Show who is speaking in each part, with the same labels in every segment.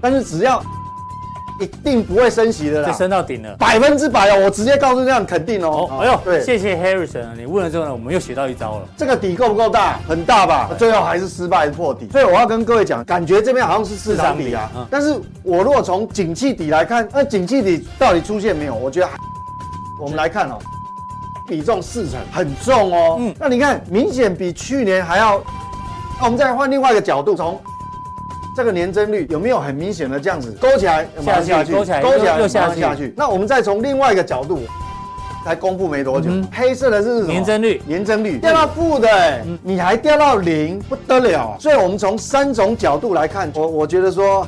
Speaker 1: 但是只要一定不会升息的
Speaker 2: 就
Speaker 1: 啦，
Speaker 2: 升到顶了。
Speaker 1: 百分之百哦，我直接告诉这样肯定哦。
Speaker 2: 哦，哎呦，
Speaker 1: 对，
Speaker 2: 谢谢 Harrison，你问了之后呢，我们又学到一招了。
Speaker 1: 这个底够不够大？很大吧，啊最后还是失败破底。所以我要跟各位讲，感觉这边好像是市场底啊
Speaker 2: 市场底嗯，
Speaker 1: 但是我如果从景气底来看，那景气底到底出现没有？我觉得还 我们来看哦，比重四成很重哦。
Speaker 2: 嗯
Speaker 1: 那你看，明显比去年还要。哦那我们再换另外一个角度，从这个年增率有没有很明显的这样子勾起来，马上
Speaker 2: 下去勾起来
Speaker 1: 勾起来，
Speaker 2: 又又
Speaker 1: 马
Speaker 2: 下
Speaker 1: 上
Speaker 2: 去
Speaker 1: 下去。那我们再从另外一个角度，才公布没多久
Speaker 2: 嗯哼，
Speaker 1: 黑色的是什么？
Speaker 2: 年增率
Speaker 1: 年增率掉到负的、欸，你还掉到零，不得了。所以我们从三种角度来看，我我觉得说，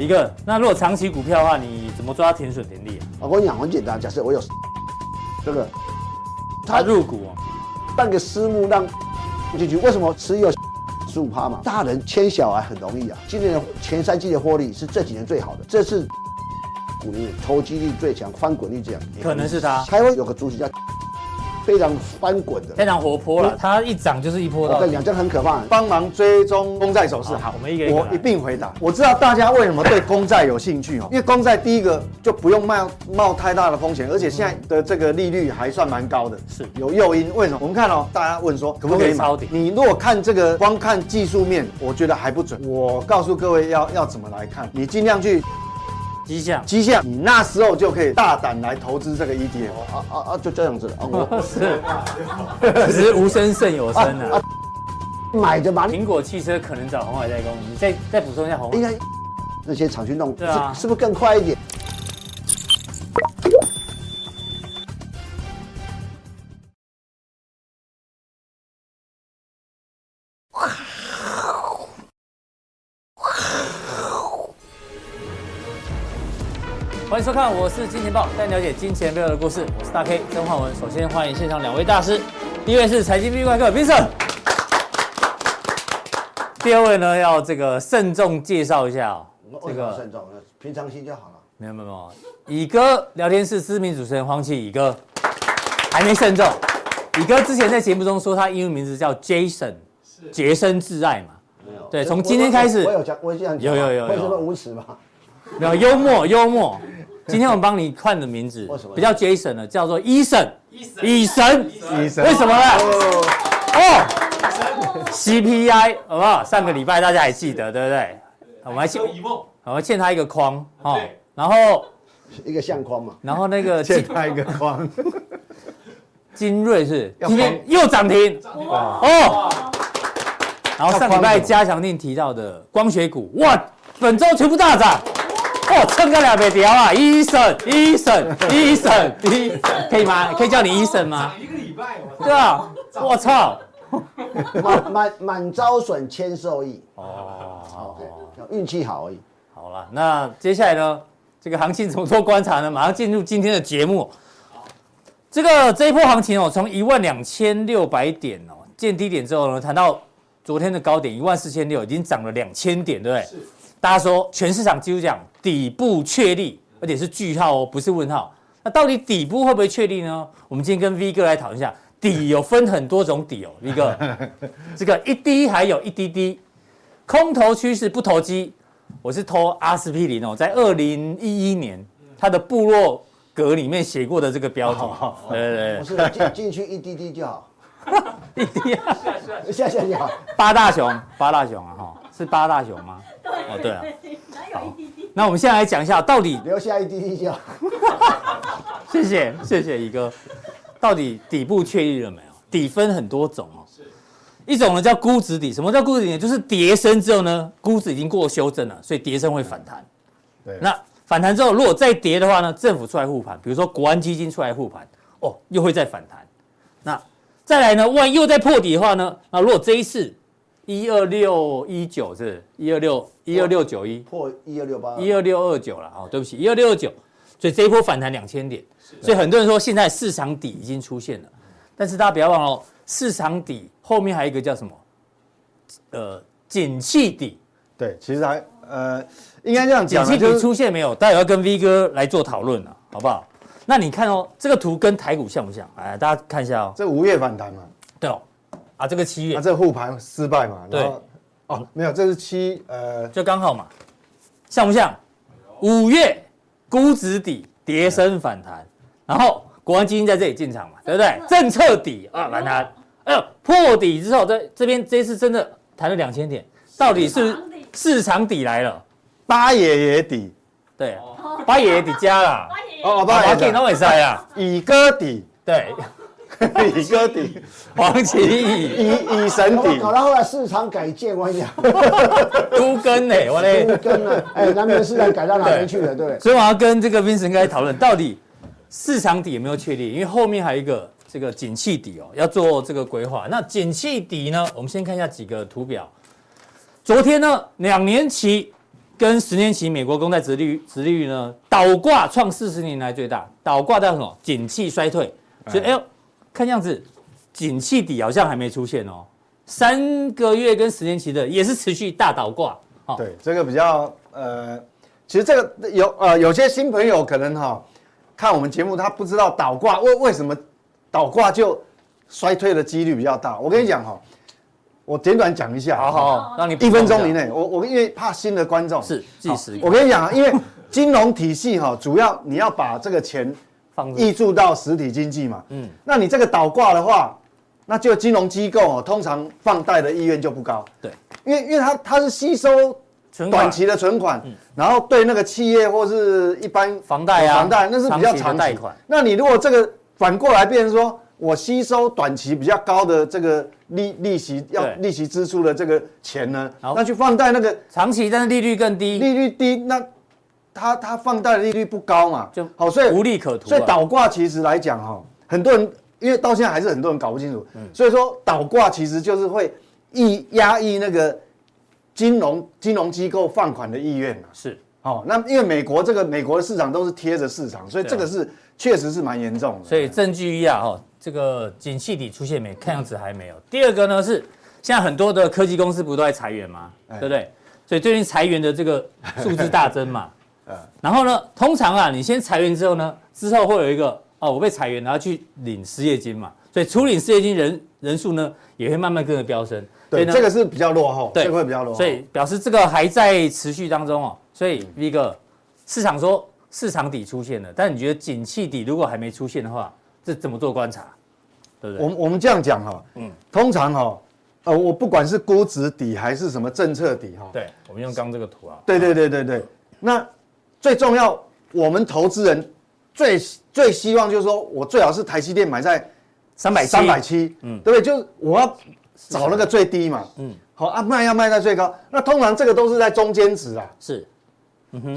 Speaker 2: 一个，那如果长期股票的话，你怎么抓停损停利啊？
Speaker 3: 我跟你讲很简单，假设我有这个，
Speaker 2: 它
Speaker 3: 他
Speaker 2: 入股哦，
Speaker 3: 办个私募让进去，为什么持有十五趴嘛？大人牵小孩很容易啊。今年的前三季的获利是这几年最好的，这是股里面投机力最强、翻滚力最强，
Speaker 2: 可能是它
Speaker 3: 台湾有个主体叫非常翻滚的，
Speaker 2: 非常活泼了，它一涨就是一波
Speaker 3: 我
Speaker 2: 到
Speaker 3: 跟
Speaker 2: 底。
Speaker 3: 你讲，这很可怕。
Speaker 1: 帮忙追踪公债走势。
Speaker 2: 好
Speaker 1: 好，
Speaker 2: 我们一个一个
Speaker 1: 我
Speaker 2: 来
Speaker 1: 一并回答。我知道大家为什么对公债有兴 趣哦，因为公债第一个就不用冒冒太大的风险，而且现在的这个利率还算蛮高的，
Speaker 2: 是
Speaker 1: 有诱因。为什么？我们看哦，大家问说可不可以
Speaker 2: 可不可以
Speaker 1: 买
Speaker 2: 抄底？
Speaker 1: 你如果看这个，光看技术面，我觉得还不准。我告诉各位要要怎么来看，你尽量去
Speaker 2: 迹象，
Speaker 1: 迹象，你那时候就可以大胆来投资这个 E ETF。
Speaker 3: 啊啊啊！就这样子了啊，我
Speaker 2: 是，只是无声胜有声啊。
Speaker 3: 买着嘛，你
Speaker 2: 苹果汽车可能找红海代工，你再再补充一下红海
Speaker 3: 应。该那些厂去弄，
Speaker 2: 对啊
Speaker 3: 是是不是更快一点？
Speaker 2: 欢迎收看，我是金钱豹，带你了解金钱背后的故事。我是大 K 曾焕文。首先欢迎现场两位大师，第一位是财经壁怪客 Vincent，第二位呢要这个慎重介绍一下哦，这
Speaker 3: 这个
Speaker 2: 个
Speaker 3: 慎重，平常心就好了。
Speaker 2: 没有没有没有，乙哥聊天室知名主持人黄奇乙哥，还没慎重。乙哥之前在节目中说他英文名字叫 Jason，洁身自爱嘛，
Speaker 3: 没有
Speaker 2: 对从今天开始
Speaker 3: 我我有讲，我有这样讲
Speaker 2: 有
Speaker 3: 吗，
Speaker 2: 有有有
Speaker 3: 为什么无耻嘛？
Speaker 2: 没有幽默幽默。今天我们帮你换的名字
Speaker 3: 为什么，
Speaker 2: 不叫 Jason 了，叫做医生，医生，
Speaker 1: 医生
Speaker 2: 为什么呢？哦，CPI 好不好？上个礼拜大家还记得对不对？我们还欠
Speaker 4: 一梦，
Speaker 2: 我们欠他一个框哦
Speaker 4: 对，
Speaker 2: 然后
Speaker 3: 一个相框嘛，
Speaker 2: 然后那个金
Speaker 1: 他一个框，
Speaker 2: 金瑞是
Speaker 1: 要
Speaker 2: 今
Speaker 1: 框
Speaker 2: 天又涨停哦，然后上礼
Speaker 1: 要框什么
Speaker 2: 拜加强定提到的光学股哇，本周全部大涨。哦，蹭个两杯屌啊！医生，医生，医生，医可以吗？可以叫你医生吗？
Speaker 4: 涨一个礼拜，我操
Speaker 2: 对啊，我操！
Speaker 3: 满满满招损，谦受益。
Speaker 2: 哦，
Speaker 3: 对，运气好而已。
Speaker 2: 好了，那接下来呢，这个行情怎么做观察呢？马上进入今天的节目。这个这一波行情哦，从一万两千六百点哦见低点之后呢，谈到昨天的高点一万四千六，已经涨了两千点，对不对？
Speaker 4: 是
Speaker 2: 大家说全市场几乎讲底部确立，而且是句号哦，不是问号。那到底底部会不会确立呢？我们今天跟 V 哥来讨论一下，底有分很多种底哦，V 哥，这个一滴还有一滴滴，空头趋势不投机，我是偷阿司匹林哦，在二零一一年他的部落格里面写过的这个标题，对对
Speaker 3: 不是进进去一滴滴 就好，
Speaker 2: 对，一滴啊
Speaker 3: 下下就好。
Speaker 2: 八大熊，八大熊啊哈，是八大熊吗？哦对啊，那我们现在来讲一下到底
Speaker 3: 留下一滴滴就好。
Speaker 2: 谢谢谢谢一哥。到底底部确立了没有？底分很多种哦。一种呢叫估值底，什么叫估值底呢？就是跌升之后呢，估值已经过修正了，所以跌升会反弹。
Speaker 1: 对
Speaker 2: 那反弹之后如果再跌的话呢，政府出来护盘，比如说国安基金出来护盘，哦，又会再反弹。那再来呢，万一又再破底的话呢，那如果这一次一二六一九是一二六一二六九一，
Speaker 3: 破一二六八，
Speaker 2: 一二六二九了哦，对不起，一二六二九，所以这一波反弹两千点，所以很多人说现在市场底已经出现
Speaker 1: 嗯
Speaker 2: 了，但是大家不要忘了哦，市场底后面还有一个叫什么？呃，景气底，
Speaker 1: 对，其实还呃，应该这样
Speaker 2: 景
Speaker 1: 讲啊，
Speaker 2: 气
Speaker 1: 就
Speaker 2: 底
Speaker 1: 是
Speaker 2: 出现没有？待会要跟 V 哥来做讨论了，好不好？那你看哦，这个图跟台股像不像？哎，大家看一下哦，
Speaker 1: 这五月反弹嘛，
Speaker 2: 对哦，啊，这个七
Speaker 1: 那
Speaker 2: 月
Speaker 1: 这护盘失败嘛，
Speaker 2: 对
Speaker 1: 然后，哦，没有，这是七呃
Speaker 2: 就刚好嘛，像不像？五月估值底跌升反弹，然后国安基金在这里进场嘛，对不对？政策底啊反弹，哎呦破底之后，在这边这次真的弹了两千点，到底是
Speaker 4: 市场底
Speaker 2: 市场底来了？
Speaker 1: 八爷也底，
Speaker 2: 对，八爷底加啦，
Speaker 4: 哦八爷哦
Speaker 1: 哦，
Speaker 2: 八
Speaker 1: 八爷
Speaker 2: 爷都
Speaker 1: 底，
Speaker 2: 会塞啊，
Speaker 1: 乙哥底，
Speaker 2: 对，
Speaker 1: 乙哥底，
Speaker 2: 黄奇义、
Speaker 1: 乙乙神
Speaker 3: 搞
Speaker 1: 底，
Speaker 3: 搞到后来市场改建，我跟你讲，
Speaker 2: 都跟呢，我嘞。
Speaker 3: 都跟了，哎，南边市场改到哪边去了？对不对？
Speaker 2: 所以我要跟这个 Vincent 该讨论，到底市场底有没有确立？因为后面还有一个这个景气底哦，要做这个规划。那景气底呢，我们先看一下几个图表。昨天呢，两年期跟十年期美国公债殖利率殖利率呢倒挂创四十年来最大，倒挂到什么？景气衰退。所以哎呦，看样子景气底好像还没出现哦。三个月跟十年期的也是持续大倒挂，好、
Speaker 1: 对，这个比较呃，其实这个有呃有些新朋友可能哈、看我们节目他不知道倒挂为为什么倒挂就衰退的几率比较大。我跟你讲哈、我简短讲一下，
Speaker 2: 好好，好让你
Speaker 1: 一分钟以内，我我因为怕新的观众
Speaker 2: 是计时
Speaker 1: 我跟你讲啊，因为金融体系哈、主要你要把这个钱
Speaker 2: 放着
Speaker 1: 挹注到实体经济嘛，
Speaker 2: 嗯
Speaker 1: 嗯，那你这个倒挂的话，那就金融机构哦，通常放贷的意愿就不高，
Speaker 2: 对。
Speaker 1: 因为因为它它是吸收
Speaker 2: 存款
Speaker 1: 短期的存款，然后对那个企业或是一般
Speaker 2: 嗯房贷啊
Speaker 1: 房贷那是比较
Speaker 2: 长期的
Speaker 1: 长期
Speaker 2: 贷款。
Speaker 1: 那你如果这个反过来变成说，我吸收短期比较高的这个利利息要
Speaker 2: 对
Speaker 1: 利息支出的这个钱呢，
Speaker 2: 好
Speaker 1: 那去放贷那个
Speaker 2: 长期，但是利率更低，
Speaker 1: 利率低，那它它放贷的利率不高嘛，
Speaker 2: 就
Speaker 1: 好，所以
Speaker 2: 无利可图啊。
Speaker 1: 所以倒挂其实来讲哈，很多人因为到现在还是很多人搞不清楚，
Speaker 2: 嗯
Speaker 1: 所以说倒挂其实就是会抑压抑那个金融金融机构放款的意愿啊。
Speaker 2: 是
Speaker 1: 哦，那因为美国这个美国的市场都是贴着市场，所以
Speaker 2: 对啊
Speaker 1: 这个是确实是蛮严重的。
Speaker 2: 所以证据一啊，哈，这个景气底出现没？看样子还没有。第二个呢是，现在很多的科技公司不都在裁员吗？
Speaker 1: 哎
Speaker 2: 对不对？所以最近裁员的这个数字大增 嘛。
Speaker 1: 嗯
Speaker 2: 然后呢，通常啊，你先裁员之后呢，之后会有一个哦，我被裁员，然后去领失业金嘛。所以处领失业金人人数呢，也会慢慢跟着飙升。所
Speaker 1: 对
Speaker 2: 以呢
Speaker 1: 这个是比较落后，
Speaker 2: 对
Speaker 1: 这个会比较落后。嗯
Speaker 2: 所以表示这个还在持续当中哦。所以 V 哥，市场说市场底出现了，但你觉得景气底如果还没出现的话，这怎么做观察？对嗯不
Speaker 1: 我
Speaker 2: 对？
Speaker 1: 们我们这样讲哈，通常哈，呃，我不管是估值底还是什么政策底哈，
Speaker 2: 对，我们用刚这个图啊，
Speaker 1: 对对对对对，那最重要，我们投资人最最希望就是说我最好是台积电买在
Speaker 2: 三百
Speaker 1: 三百，七，嗯，对不对？就是我要找那个最低嘛，嗯，好啊，卖要卖在最高，那通常这个都是在中间值啊，
Speaker 2: 是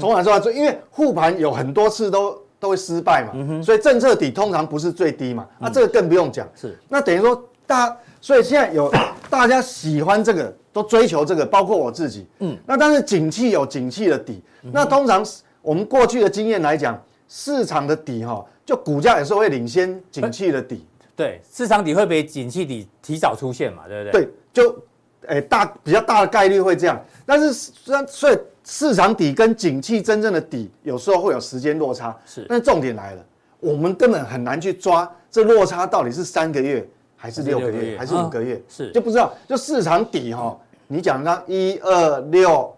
Speaker 1: 通常说到最，因为护盘有很多次都都会失败嘛，所以政策底通常不是最低嘛，啊，这个更不用讲，
Speaker 2: 是
Speaker 1: 那等于说大，所以现在有 大家喜欢这个，都追求这个，包括我自己。嗯，那但是景气有景气的底，那通常是我们过去的经验来讲，市场的底哈、就股价有时候会领先景气的底。
Speaker 2: 对，市场底会比景气底提早出现嘛，对不对？
Speaker 1: 对，就诶、大比较大的概率会这样。但是虽然所以市场底跟景气真正的底有时候会有时间落差。
Speaker 2: 是
Speaker 1: 但重点来了，我们根本很难去抓这落差到底是三个月还是
Speaker 2: 还是
Speaker 1: 六个
Speaker 2: 六个
Speaker 1: 月
Speaker 2: 月啊
Speaker 1: 还是五个月，
Speaker 2: 是
Speaker 1: 就不知道。就市场底哈，你讲它一二六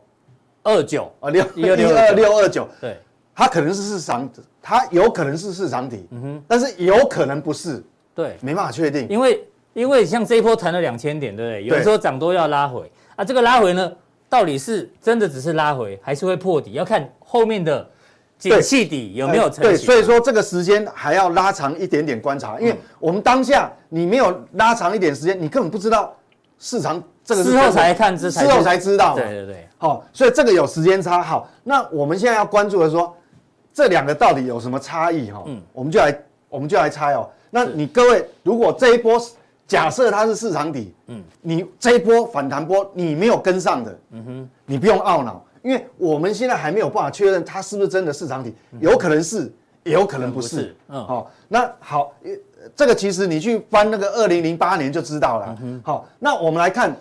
Speaker 2: 二九
Speaker 1: 啊六
Speaker 2: 一二六
Speaker 1: 一二六二九，
Speaker 2: 对，
Speaker 1: 它可能是市场，它有可能是市场底，
Speaker 2: 嗯
Speaker 1: 但是有可能不是，
Speaker 2: 对，
Speaker 1: 没办法确定。
Speaker 2: 因为因为像这一波弹了两千点，对不对？有的
Speaker 1: 对
Speaker 2: 时候涨多要拉回啊，这个拉回呢，到底是真的只是拉回，还是会破底？要看后面的景气底有没有成型。
Speaker 1: 哎对，所以说这个时间还要拉长一点点观察，因
Speaker 2: 嗯
Speaker 1: 为我们当下你没有拉长一点时间，你根本不知道市场这个是
Speaker 2: 事后才看知，
Speaker 1: 事后才知道嘛
Speaker 2: 对。对对，
Speaker 1: 好、所以这个有时间差。好，那我们现在要关注的说，这两个到底有什么差异？哈、
Speaker 2: 嗯
Speaker 1: 我们就来我们就来猜哦。那你各位，如果这一波假设它是市场底，嗯，你这一波反弹波你没有跟上的，嗯哼，你不用懊恼，因为我们现在还没有办法确认它是不是真的市场底，有可能是，也有嗯可能不
Speaker 2: 可能
Speaker 1: 是。
Speaker 2: 不是嗯
Speaker 1: 好、那好，呃这个其实你去翻那个二零零八年就知道了。好、那我们来看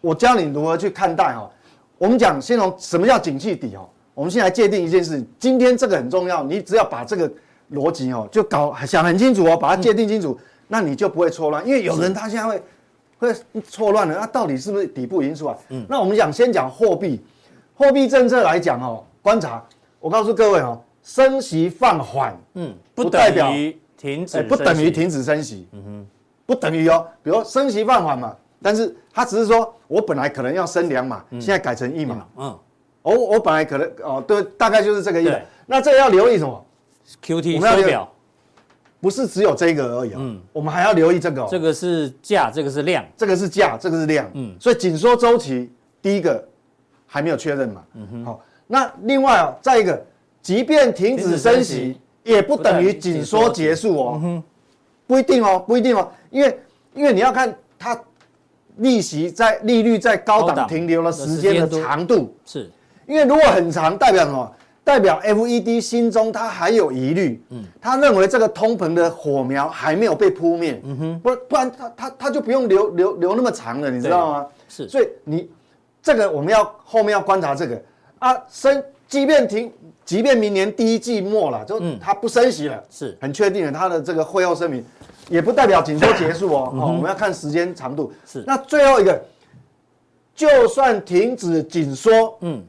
Speaker 1: 我教你如何去看待哈、我们讲先从什么叫景气底哦，我们先来界定一件事情。今天这个很重要，你只要把这个逻辑哦，就搞想很清楚哦，把它界定清楚，那你就不会错乱。因为有人他现在会嗯会错乱了，那、到底是不是底部因素啊？那我们讲先讲货币，货币政策来讲哦，观察，我告诉各位哦，升息放缓，
Speaker 2: 嗯，
Speaker 1: 不
Speaker 2: 不
Speaker 1: 代表
Speaker 2: 等于停止
Speaker 1: 哎，
Speaker 2: 升息，
Speaker 1: 不等于停止升息，嗯哼，不等于哦，比如说升息放缓嘛，但是它只是说我本来可能要升两码，现在改成一码，
Speaker 2: 嗯
Speaker 1: 哦，我本来可能哦，对，大概就是这个意思
Speaker 2: 对。
Speaker 1: 那这个要留意什么？
Speaker 2: ，QT
Speaker 1: 我们要
Speaker 2: 缩表，
Speaker 1: 不是只有这个而已、哦，嗯，我们还要留意这个、哦，
Speaker 2: 这个是价，这个是量，
Speaker 1: 这个是价，这个是量，嗯，所以紧缩周期第一个还没有确认嘛，嗯哼，好、那另外啊、再一个，即便停止升
Speaker 2: 停止升
Speaker 1: 息
Speaker 2: 息，
Speaker 1: 也不等于
Speaker 2: 不等于紧
Speaker 1: 紧
Speaker 2: 缩
Speaker 1: 缩结束哦，不一定哦，不一定哦，因为因为你要看它利息在利率在高
Speaker 2: 高
Speaker 1: 档
Speaker 2: 档
Speaker 1: 停留了
Speaker 2: 的
Speaker 1: 时
Speaker 2: 时
Speaker 1: 间
Speaker 2: 间
Speaker 1: 的
Speaker 2: 都
Speaker 1: 长度，
Speaker 2: 是
Speaker 1: 因为如果很长，代表什么？代表 FED 心中他还有疑虑，嗯，他认为这个通膨的火苗还没有被扑灭，嗯哼，不不然他他他就不用留留留那么长了，你知道吗？
Speaker 2: 是
Speaker 1: 所以你这个我们要后面要观察这个啊，升，即便停，即便明年第一季末了，就它不升息了，
Speaker 2: 嗯是
Speaker 1: 很确定的，它的这个会后声明也不代表紧缩结束哦，哦，我们要看时间长度。
Speaker 2: 嗯是
Speaker 1: 那最后一个，就算停止紧缩，嗯，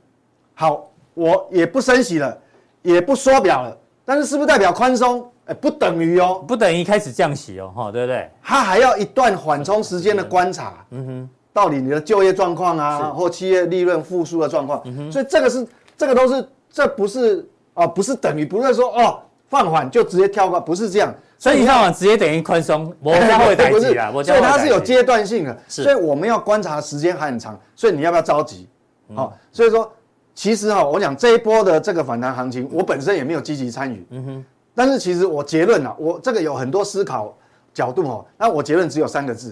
Speaker 1: 好，我也不升息了，也不缩表了，但是是不是代表宽松？哎，不等于哦，
Speaker 2: 不等于开始降息哦，哈，对不对？
Speaker 1: 它还要一段缓冲时间的观察。嗯哼，到底你的就业状况啊，或企业利润复苏的状
Speaker 2: 嗯
Speaker 1: 况，所以这个是这个都是这不是啊、不是等于不是说哦放缓就直接跳过，不是这样。
Speaker 2: 所以你看完直接等于宽松，我
Speaker 1: 不
Speaker 2: 哦将
Speaker 1: 对
Speaker 2: 会台
Speaker 1: 不
Speaker 2: 积
Speaker 1: 是
Speaker 2: 啦，我
Speaker 1: 所以它是有
Speaker 2: 接。
Speaker 1: 阶段性的，
Speaker 2: 是
Speaker 1: 所以我们要观察时间还很长，所以你要不要着急？
Speaker 2: 嗯
Speaker 1: 好、所以说其实哈、我讲这一波的这个反弹行情，我本身也没有积极参与，嗯哼，但是其实我结论啊，我这个有很多思考角度哦，那我结论只有三个字，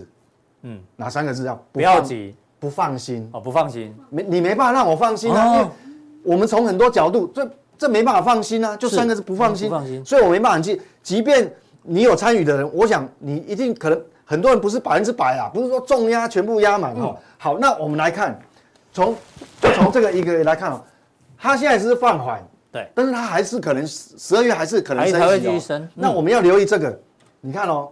Speaker 1: 嗯
Speaker 2: 嗯，
Speaker 1: 哪三个字啊？
Speaker 2: 不要
Speaker 1: 放，
Speaker 2: 急
Speaker 1: 不放心，
Speaker 2: 哦，不放心，
Speaker 1: 没你没办法让我放心啊，
Speaker 2: 哦
Speaker 1: 因为我们从很多角度，这这没办法放心啊，就三个字不放心，
Speaker 2: 嗯不放心
Speaker 1: 所以我没办法去，即便你有参与的人，我想你一定可能很多人不是百分之百啊，不是说重压全部压满
Speaker 2: 嗯
Speaker 1: 哦。好，那我们来看，从就从这个一个来看哦，它现在是放缓，
Speaker 2: 对，
Speaker 1: 但是它还是可能十二月还是可能升息、哦、
Speaker 2: 还还会继续升嗯
Speaker 1: 那我们要留意这个，你看哦，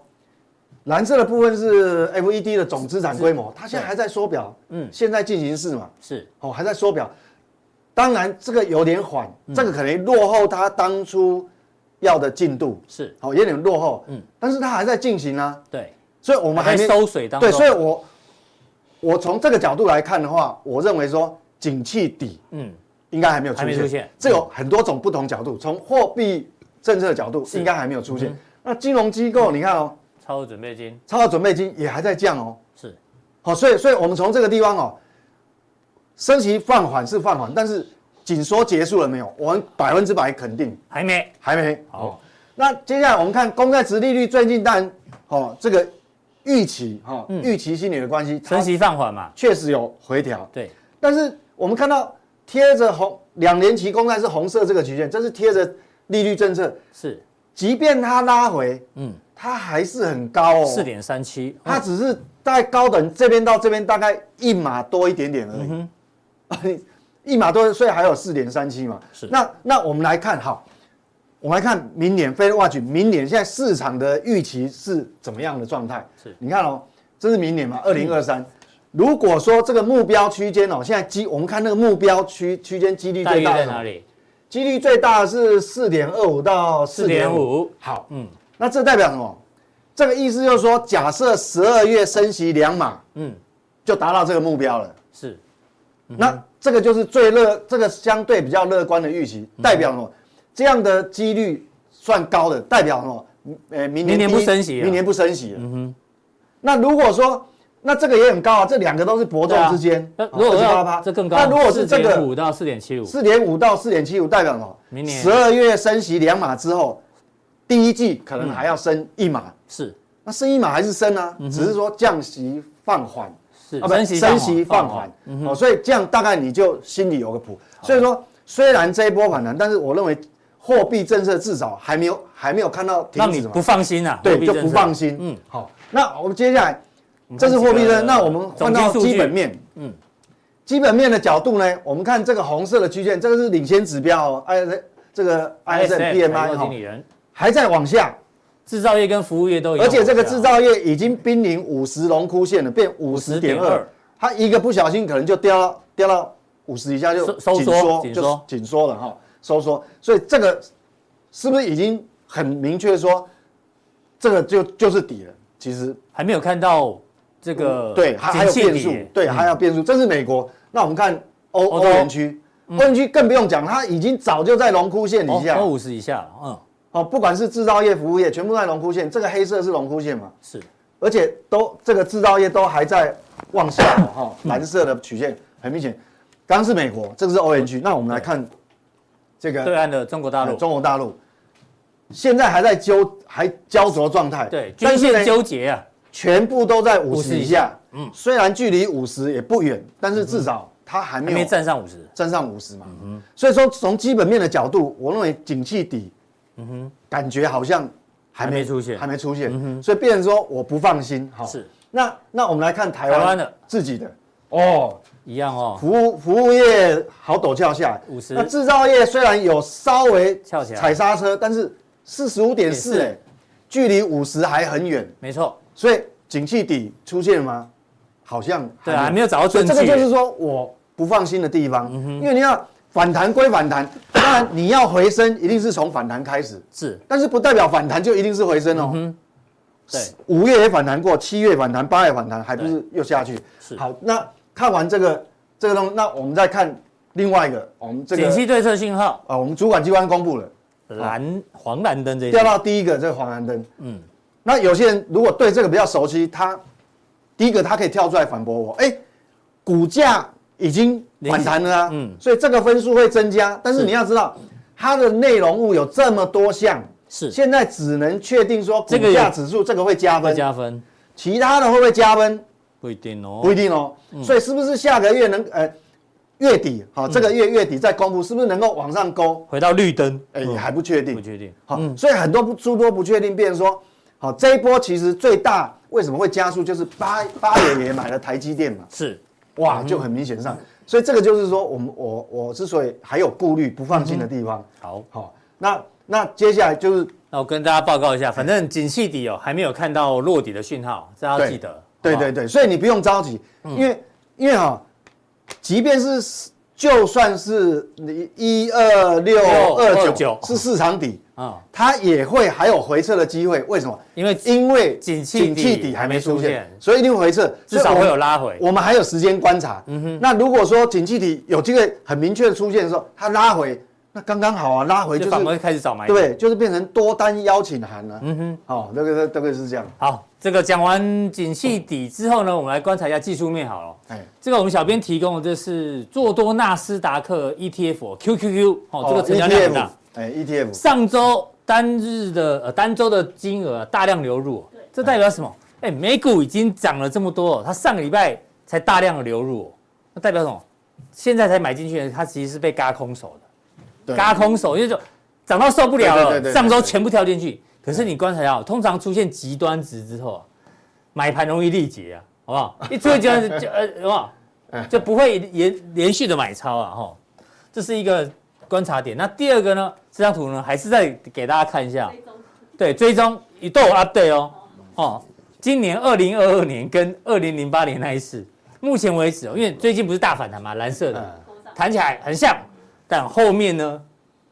Speaker 1: 蓝色的部分是 FED 的总资产规模，它现在还在缩表，嗯
Speaker 2: 嗯，
Speaker 1: 现在进行式嘛，
Speaker 2: 是
Speaker 1: 哦，还在缩表。当然，这个有点缓，
Speaker 2: 嗯
Speaker 1: 这个可能落后他当初要的进度，
Speaker 2: 是，
Speaker 1: 好、有点落后。嗯，但是他还在进行啊，
Speaker 2: 对，
Speaker 1: 所以我
Speaker 2: 我
Speaker 1: 们还没
Speaker 2: 收水当中，
Speaker 1: 对，所以我我从这个角度来看的话，我认为说景气底
Speaker 2: 嗯，
Speaker 1: 应该还没有出
Speaker 2: 还
Speaker 1: 现，
Speaker 2: 没出现嗯
Speaker 1: 这有很多种不同角度，从货币政策的角度应该还没有出
Speaker 2: 嗯
Speaker 1: 现。那金融机构，你看哦，
Speaker 2: 超额准备金
Speaker 1: 超额准备金也还在降哦，
Speaker 2: 是
Speaker 1: 好、所以所以我们从这个地方哦，升息放缓是放缓，但是紧缩结束了没有？我们百分之百肯定
Speaker 2: 还没
Speaker 1: 还没。
Speaker 2: 好
Speaker 1: 哦，那接下来我们看公债值利率最近当然哦这个预期哈、哦预期心理的关系，它
Speaker 2: 升息放缓嘛，
Speaker 1: 确实有回调，
Speaker 2: 对，
Speaker 1: 但是我们看到贴着红两年期公债是红色这个曲线，这是贴着利率政策，
Speaker 2: 是
Speaker 1: 即便它拉回，嗯，它还是很高哦，
Speaker 2: 四点三七，
Speaker 1: 它只是在高等这边到这边大概一码多一点点而
Speaker 2: 嗯
Speaker 1: 已，啊你 一码多，所以还有四点三七嘛。
Speaker 2: 是
Speaker 1: 那那我们来看，好，我们来看明年 Fed Watch 明年现在市场的预期是怎么样的状态？
Speaker 2: 是嗯
Speaker 1: 你看哦，这是明年嘛，二零二三。如果说这个目标区间哦，现在基我们看那个目标区区间几率
Speaker 2: 大
Speaker 1: 最
Speaker 2: 约
Speaker 1: 大的
Speaker 2: 在
Speaker 1: 什么
Speaker 2: 哪？里？
Speaker 1: 几率最大的是四点二五到四点五。
Speaker 2: 4.5
Speaker 1: 好，
Speaker 2: 嗯，
Speaker 1: 那这代表什么？这个意思就是说，假设十二月升息两码，
Speaker 2: 嗯，
Speaker 1: 就达到这个目标了。
Speaker 2: 是嗯
Speaker 1: 那这个就是最乐，这个相对比较乐观的预
Speaker 2: 嗯
Speaker 1: 期，代表什么？这样的几率算高的，代表什么？呃，明年
Speaker 2: 明年
Speaker 1: 第一
Speaker 2: 不升息了啊
Speaker 1: 明年不升息了。嗯哼。那如果说，那这个也很高啊，这两个都是伯仲之间。
Speaker 2: 嗯
Speaker 1: 哦
Speaker 2: 那如果
Speaker 1: 28
Speaker 2: 要这更高，
Speaker 1: 那如果是这个
Speaker 2: 五到四点七五，
Speaker 1: 四点五到四点七五，代表什么？
Speaker 2: 明年
Speaker 1: 十二月升息两码之后，第一季可能还要升一码。
Speaker 2: 是
Speaker 1: 那升一码还是升啊，只是说降息放缓，
Speaker 2: 嗯是
Speaker 1: 啊不是升息放缓，，
Speaker 2: 嗯
Speaker 1: 哦，所以这样大概你就心里有个谱。哦所以说，虽然这一波反弹，但是我认为货币政策至少还没有还没有看到停
Speaker 2: 让你
Speaker 1: 止嘛
Speaker 2: 不，放心啊，货
Speaker 1: 对，
Speaker 2: 币
Speaker 1: 就
Speaker 2: 政
Speaker 1: 不
Speaker 2: 策
Speaker 1: 放心。嗯
Speaker 2: 嗯，
Speaker 1: 好，那我们接下来
Speaker 2: 我们
Speaker 1: 这
Speaker 2: 看
Speaker 1: 是货币
Speaker 2: 几个
Speaker 1: 政策，那我们换到
Speaker 2: 呃总经数据
Speaker 1: 基本面，嗯
Speaker 2: 嗯，
Speaker 1: 基本面的角度呢，我们看这个红色的区间，这个是领先指标哦，I 这个 ISM
Speaker 2: ISM
Speaker 1: PMI
Speaker 2: 采购经
Speaker 1: 哈
Speaker 2: 理人，
Speaker 1: 还在往下，
Speaker 2: 制造业跟服务业都有，啊
Speaker 1: 而且这个制造业已经濒临五十龙枯线了，变五十点二
Speaker 2: 50.2，
Speaker 1: 它一个不小心可能就掉到掉到五十以下就
Speaker 2: 收收
Speaker 1: 紧
Speaker 2: 缩
Speaker 1: 缩，
Speaker 2: 紧
Speaker 1: 就
Speaker 2: 缩
Speaker 1: 紧缩了哈，收缩。所以这个是不是已经很明确说，这个就就是底了？其实
Speaker 2: 还没有看到这个
Speaker 1: 嗯对，还还
Speaker 2: 呃警
Speaker 1: 有
Speaker 2: 戒
Speaker 1: 变
Speaker 2: 点
Speaker 1: 数，对，还有变数。这是美国。那我们看欧
Speaker 2: 欧
Speaker 1: 欧
Speaker 2: 洲嗯
Speaker 1: 元区，欧元区更不用讲，它已经早就在龙枯线底下
Speaker 2: 哦，五十以下，嗯，
Speaker 1: 哦，不管是制造业、服务业，全部在龙枯线。这个黑色是龙枯线嘛？
Speaker 2: 是
Speaker 1: 而且都这个制造业都还在往下哦 哈、蓝色的曲线很明显。刚刚是美国，这个是欧元区。那我们来看这个
Speaker 2: 对岸的中国大
Speaker 1: 呃
Speaker 2: 陆，
Speaker 1: 中国大陆，现在还在纠还焦灼状态，
Speaker 2: 对，均
Speaker 1: 但是呢
Speaker 2: 线纠结啊，
Speaker 1: 全部都在五十
Speaker 2: 50
Speaker 1: 以下。嗯，虽然距离五十也不远，但是至少它还
Speaker 2: 还
Speaker 1: 没
Speaker 2: 没
Speaker 1: 有
Speaker 2: 站上五十，
Speaker 1: 站上五十嘛。所以说从基本面的角度，我认为景气底，感觉好像还
Speaker 2: 还没出现嗯
Speaker 1: 还没出现，所以变成说我不放心。好，
Speaker 2: 是
Speaker 1: 那那我们来看台
Speaker 2: 台湾
Speaker 1: 湾
Speaker 2: 的
Speaker 1: 自己的哦，
Speaker 2: 一样哦，
Speaker 1: 服务服务业好陡峭下来，
Speaker 2: 50
Speaker 1: 那制造业虽然有稍微
Speaker 2: 翘起来
Speaker 1: 踩刹车，但是四十五点
Speaker 2: 也
Speaker 1: 四
Speaker 2: 是
Speaker 1: 哎，距离五十还很远，
Speaker 2: 没错，
Speaker 1: 所以景气底出现了吗？好像
Speaker 2: 对啊，还没有找到
Speaker 1: 所
Speaker 2: 证
Speaker 1: 以
Speaker 2: 据，
Speaker 1: 这个就是嗯说我不放心的地方，因为你要反弹归反弹，当然你要回升，一定是从反弹开始，
Speaker 2: 是
Speaker 1: 但是不代表反弹就一定是回升哦。
Speaker 2: 对，
Speaker 1: 五月也反弹过，七月反弹，八月反弹，还不是又下去？
Speaker 2: 是
Speaker 1: 好，那看完这个这个东西，那我们再看另外一个，我们这
Speaker 2: 景
Speaker 1: 个
Speaker 2: 气对策信号
Speaker 1: 啊，我们主管机关公布了
Speaker 2: 蓝黄蓝灯这一
Speaker 1: 掉
Speaker 2: 条，
Speaker 1: 到第一个这个黄蓝灯，嗯，那有些人如果对这个比较熟悉，他第一个他可以跳出来反驳我，哎、股价已经反弹了啊，
Speaker 2: 零嗯
Speaker 1: 嗯，所以这个分数会增加，但是
Speaker 2: 是
Speaker 1: 你要知道它的内容物有这么多项，
Speaker 2: 是
Speaker 1: 现在只能确定说股
Speaker 2: 这个有
Speaker 1: 价指数这个会加
Speaker 2: 会
Speaker 1: 分，
Speaker 2: 加分，
Speaker 1: 其他的会不会加分？
Speaker 2: 不一定哦，
Speaker 1: 不一定哦。所以是不是下个月能呃月底好、这个
Speaker 2: 嗯
Speaker 1: 月月底再公布，是不是能够往上勾？
Speaker 2: 回到绿灯，嗯
Speaker 1: 哎、也还不确定，
Speaker 2: 哦不确定，
Speaker 1: 好、所以很多不诸多不确定，变成说，好这一波其实最大为什么会加速，就是八八爷也买了台积电嘛，
Speaker 2: 是
Speaker 1: 哇，
Speaker 2: 嗯
Speaker 1: 就很明显上，所以这个就是说，我们我我之所以还有顾虑不放心
Speaker 2: 嗯
Speaker 1: 的地方，
Speaker 2: 好。
Speaker 1: 好、那那接下来就是
Speaker 2: 那我跟大家报告一下，反正景气底哦，还没有看到落底的讯号，这要
Speaker 1: 对
Speaker 2: 记得。
Speaker 1: 对
Speaker 2: 好不好嗯
Speaker 1: 对，对，所以你不用着急，因为因为哈、即便是就算是你一二六二
Speaker 2: 29
Speaker 1: 九是市场底，
Speaker 2: 嗯，
Speaker 1: 它也会还有回撤的机会。为什么？
Speaker 2: 因为
Speaker 1: 因为
Speaker 2: 景气底
Speaker 1: 还没出
Speaker 2: 还没出
Speaker 1: 现
Speaker 2: 现，
Speaker 1: 所以一定会回撤，
Speaker 2: 至少
Speaker 1: 所以我
Speaker 2: 会
Speaker 1: 们
Speaker 2: 有拉回。嗯
Speaker 1: 我们还有时间观察。那如果说景气底有机会很明确的出现的时候，它拉回，那刚刚好啊，拉回就
Speaker 2: 就是反而开始找买点。
Speaker 1: 对，就是变成多单邀请函了、嗯哼，好、这个这个是这样。
Speaker 2: 好，这个讲完景气底之后呢，我们来观察一下技术面好了。
Speaker 1: 哎，
Speaker 2: 这个我们小编提供的这是做多纳斯达克 ETF 哦 QQQ 哦，这个成交量很大。
Speaker 1: ETF，哎，ETF。
Speaker 2: 上周单日的呃单周的金额、大量流入哦、这代表什么？哎，美股已经涨了这么多、哦，它上个礼拜才大量的流入、哦，那代表什么？现在才买进去的，它其实是被嘎空手的。
Speaker 1: 对
Speaker 2: 嘎空手，因为就涨到受不了
Speaker 1: 对对对对
Speaker 2: 了，
Speaker 1: 对
Speaker 2: 上周全部跳进去。可是你观察到，通常出现极端值之后啊，买盘容易力竭啊，好不好？一出现极端值就呃，好不好？就不会连连续的买超啊，哈，这是一个观察点。那第二个呢，这张图呢，还是再给大家看一下，对，追踪也都有 update 哦，哦，今年二零二二年跟二零零八年那一次，目前为止哦，因为最近不是大反弹嘛，蓝色的，
Speaker 1: 嗯
Speaker 2: 弹起来很像，但后面呢，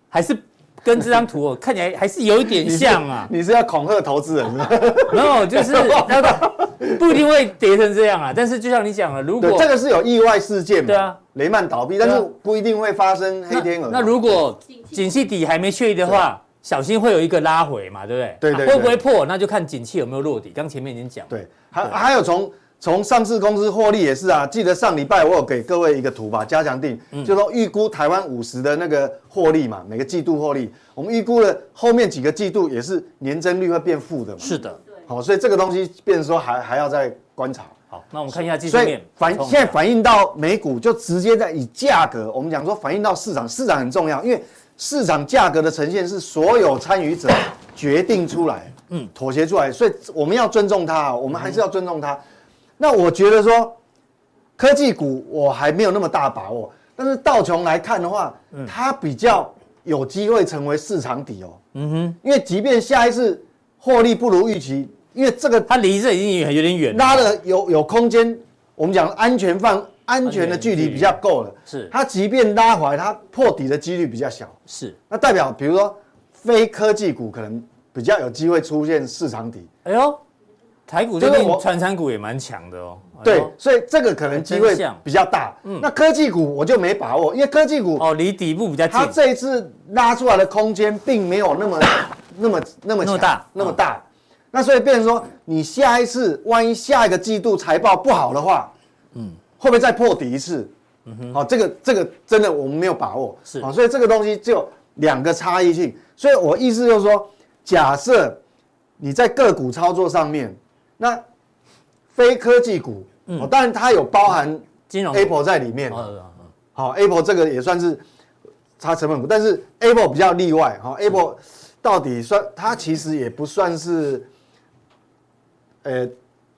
Speaker 2: 还是跟这张图、哦、看起来还是有一点 像啊。
Speaker 1: 你是要恐吓投资人是 吧？
Speaker 2: 然后就是那个不一定会跌成这样啊，但是就像你讲了，如
Speaker 1: 对
Speaker 2: 果，
Speaker 1: 这个是有意外事件嘛？
Speaker 2: 对啊，
Speaker 1: 雷曼倒闭，
Speaker 2: 啊
Speaker 1: 但是不一定会发生黑天鹅嘛。
Speaker 2: 那，那如果景气底还没确立的话，小心会有一个拉回嘛，对不对？
Speaker 1: 对对
Speaker 2: 啊
Speaker 1: 对
Speaker 2: 会不会破，那就看景气有没有落底。刚前面已经讲，，
Speaker 1: 对，还还有从从上市公司获利也是啊，记得上礼拜我有给各位一个图吧，加强定，就说预估台湾五十的那个获利嘛，每个季度获利，我们预估了后面几个季度也是年增率会变负的嘛。
Speaker 2: 是的。
Speaker 1: 好，所以这个东西变成说还还要再观察。
Speaker 2: 好，那我们看一下技术
Speaker 1: 所以
Speaker 2: 面。
Speaker 1: 反
Speaker 2: 冲
Speaker 1: 现在反映到美股，就直接在以价格，我们讲说反映到市场，市场很重要，因为市场价格的呈现是所有参与者决定出来，嗯，妥协出来，所以我们要尊重它，我们还是要尊重它。
Speaker 2: 嗯
Speaker 1: 那我觉得说，科技股我还没有那么大把握，但是道琼来看的话，
Speaker 2: 嗯
Speaker 1: 它比较有机会成为市场底哦，嗯哼，因为即便下一次获利不如预期，因为这个
Speaker 2: 它离这已经有有点远了，
Speaker 1: 拉了有有空间，我们讲安全范安全的距离比较够了，
Speaker 2: 是
Speaker 1: 它即便拉回来，它破底的几率比较小。
Speaker 2: 是，
Speaker 1: 那代表比如说非科技股可能比较有机会出现市场底，
Speaker 2: 哎呦，台股最
Speaker 1: 就是
Speaker 2: 近
Speaker 1: 我
Speaker 2: 传产股也蛮强的哦。哎
Speaker 1: 对
Speaker 2: 呦，哎
Speaker 1: 所以这个可能机会
Speaker 2: 真嗯像
Speaker 1: 比较大。那科技股我就没把握，因为科技股
Speaker 2: 哦，离底部比较
Speaker 1: 它
Speaker 2: 近，
Speaker 1: 这一次拉出来的空间并没有那 么那么那么
Speaker 2: 那么
Speaker 1: 强
Speaker 2: 大
Speaker 1: 那么大。那所以变成说，你下一次万一下一个季度财报不好的话，嗯，会不会再破底一次？嗯哼，好、这个这个真的我们没有把握，
Speaker 2: 是
Speaker 1: 好、所以这个东西就两个差异性。所以我意思就是说，假设你在个股操作上面，那非科技股，哦，当然它有包含
Speaker 2: 金融股
Speaker 1: Apple 在里面，
Speaker 2: 嗯哦哦哦
Speaker 1: 好、a p p l e 这个也算是差成本股，但是 Apple 比较例外哈、a p p l e 到底算它其实也不算是，呃，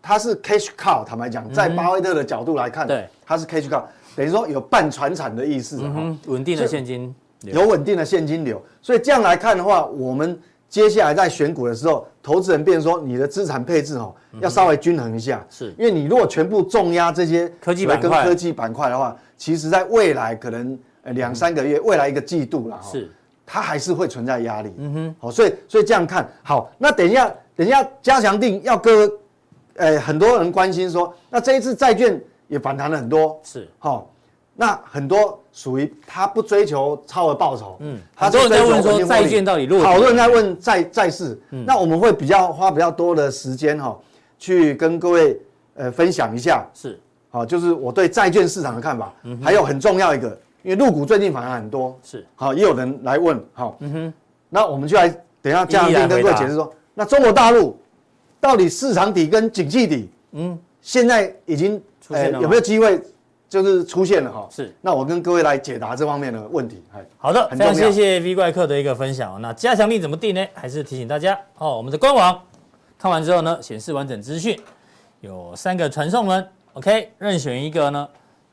Speaker 1: 它是 cash cow，坦白讲，在巴菲特的角度来看，
Speaker 2: 嗯对，
Speaker 1: 它是 cash cow，等于说有半传产的意思哈、
Speaker 2: 嗯哼，稳定的现金流
Speaker 1: 有稳定的现金流，所以这样来看的话，我们接下来在选股的时候，投资人变成说你的资产配置哦，要稍微均衡一下，
Speaker 2: 嗯是
Speaker 1: 因为你如果全部重压这些
Speaker 2: 科技
Speaker 1: 所谓跟
Speaker 2: 板块嗯
Speaker 1: 科技板块的话，其实在未来可能呃两三个月，未来一个季度啦，哦
Speaker 2: 是
Speaker 1: 它还是会存在压力，嗯哼，好，所以所以这样看好，那等一下等一下加强定要跟，呃，很多人关心说，那这一次债券也反弹了很多，
Speaker 2: 是。
Speaker 1: 好、那很多属于他不追求超额报酬，嗯，他
Speaker 2: 很多人在问
Speaker 1: 追
Speaker 2: 说
Speaker 1: 求稳定获利
Speaker 2: 债券到底落地
Speaker 1: 好多人在问债债市，
Speaker 2: 嗯
Speaker 1: 那我们会比较花比较多的时间哈、去跟各位呃分享一下，
Speaker 2: 是
Speaker 1: 好、就是我对债券市场的看法，还有很重要一个，因为入股最近反而很多，
Speaker 2: 嗯是
Speaker 1: 好、也有人来问，好、嗯哼，那我们就来等一下嘉
Speaker 2: 一一来
Speaker 1: 良跟
Speaker 2: 回
Speaker 1: 各位
Speaker 2: 答
Speaker 1: 解释说，那中国大陆到底市场底跟景气底，嗯，现在已经哎
Speaker 2: 出现了吗
Speaker 1: 有没有机会就是出现了哈、
Speaker 2: 是
Speaker 1: 那我跟各位来解答这方面的问题，哎，
Speaker 2: 好的，
Speaker 1: 很
Speaker 2: 非
Speaker 1: 重
Speaker 2: 常谢
Speaker 1: 要
Speaker 2: 谢 V 怪客的一个分享哦。那加强力怎么定呢？还是提醒大家哦，我们的官网看完之后呢，显示完整资讯，有三个传送门，OK，任选一个呢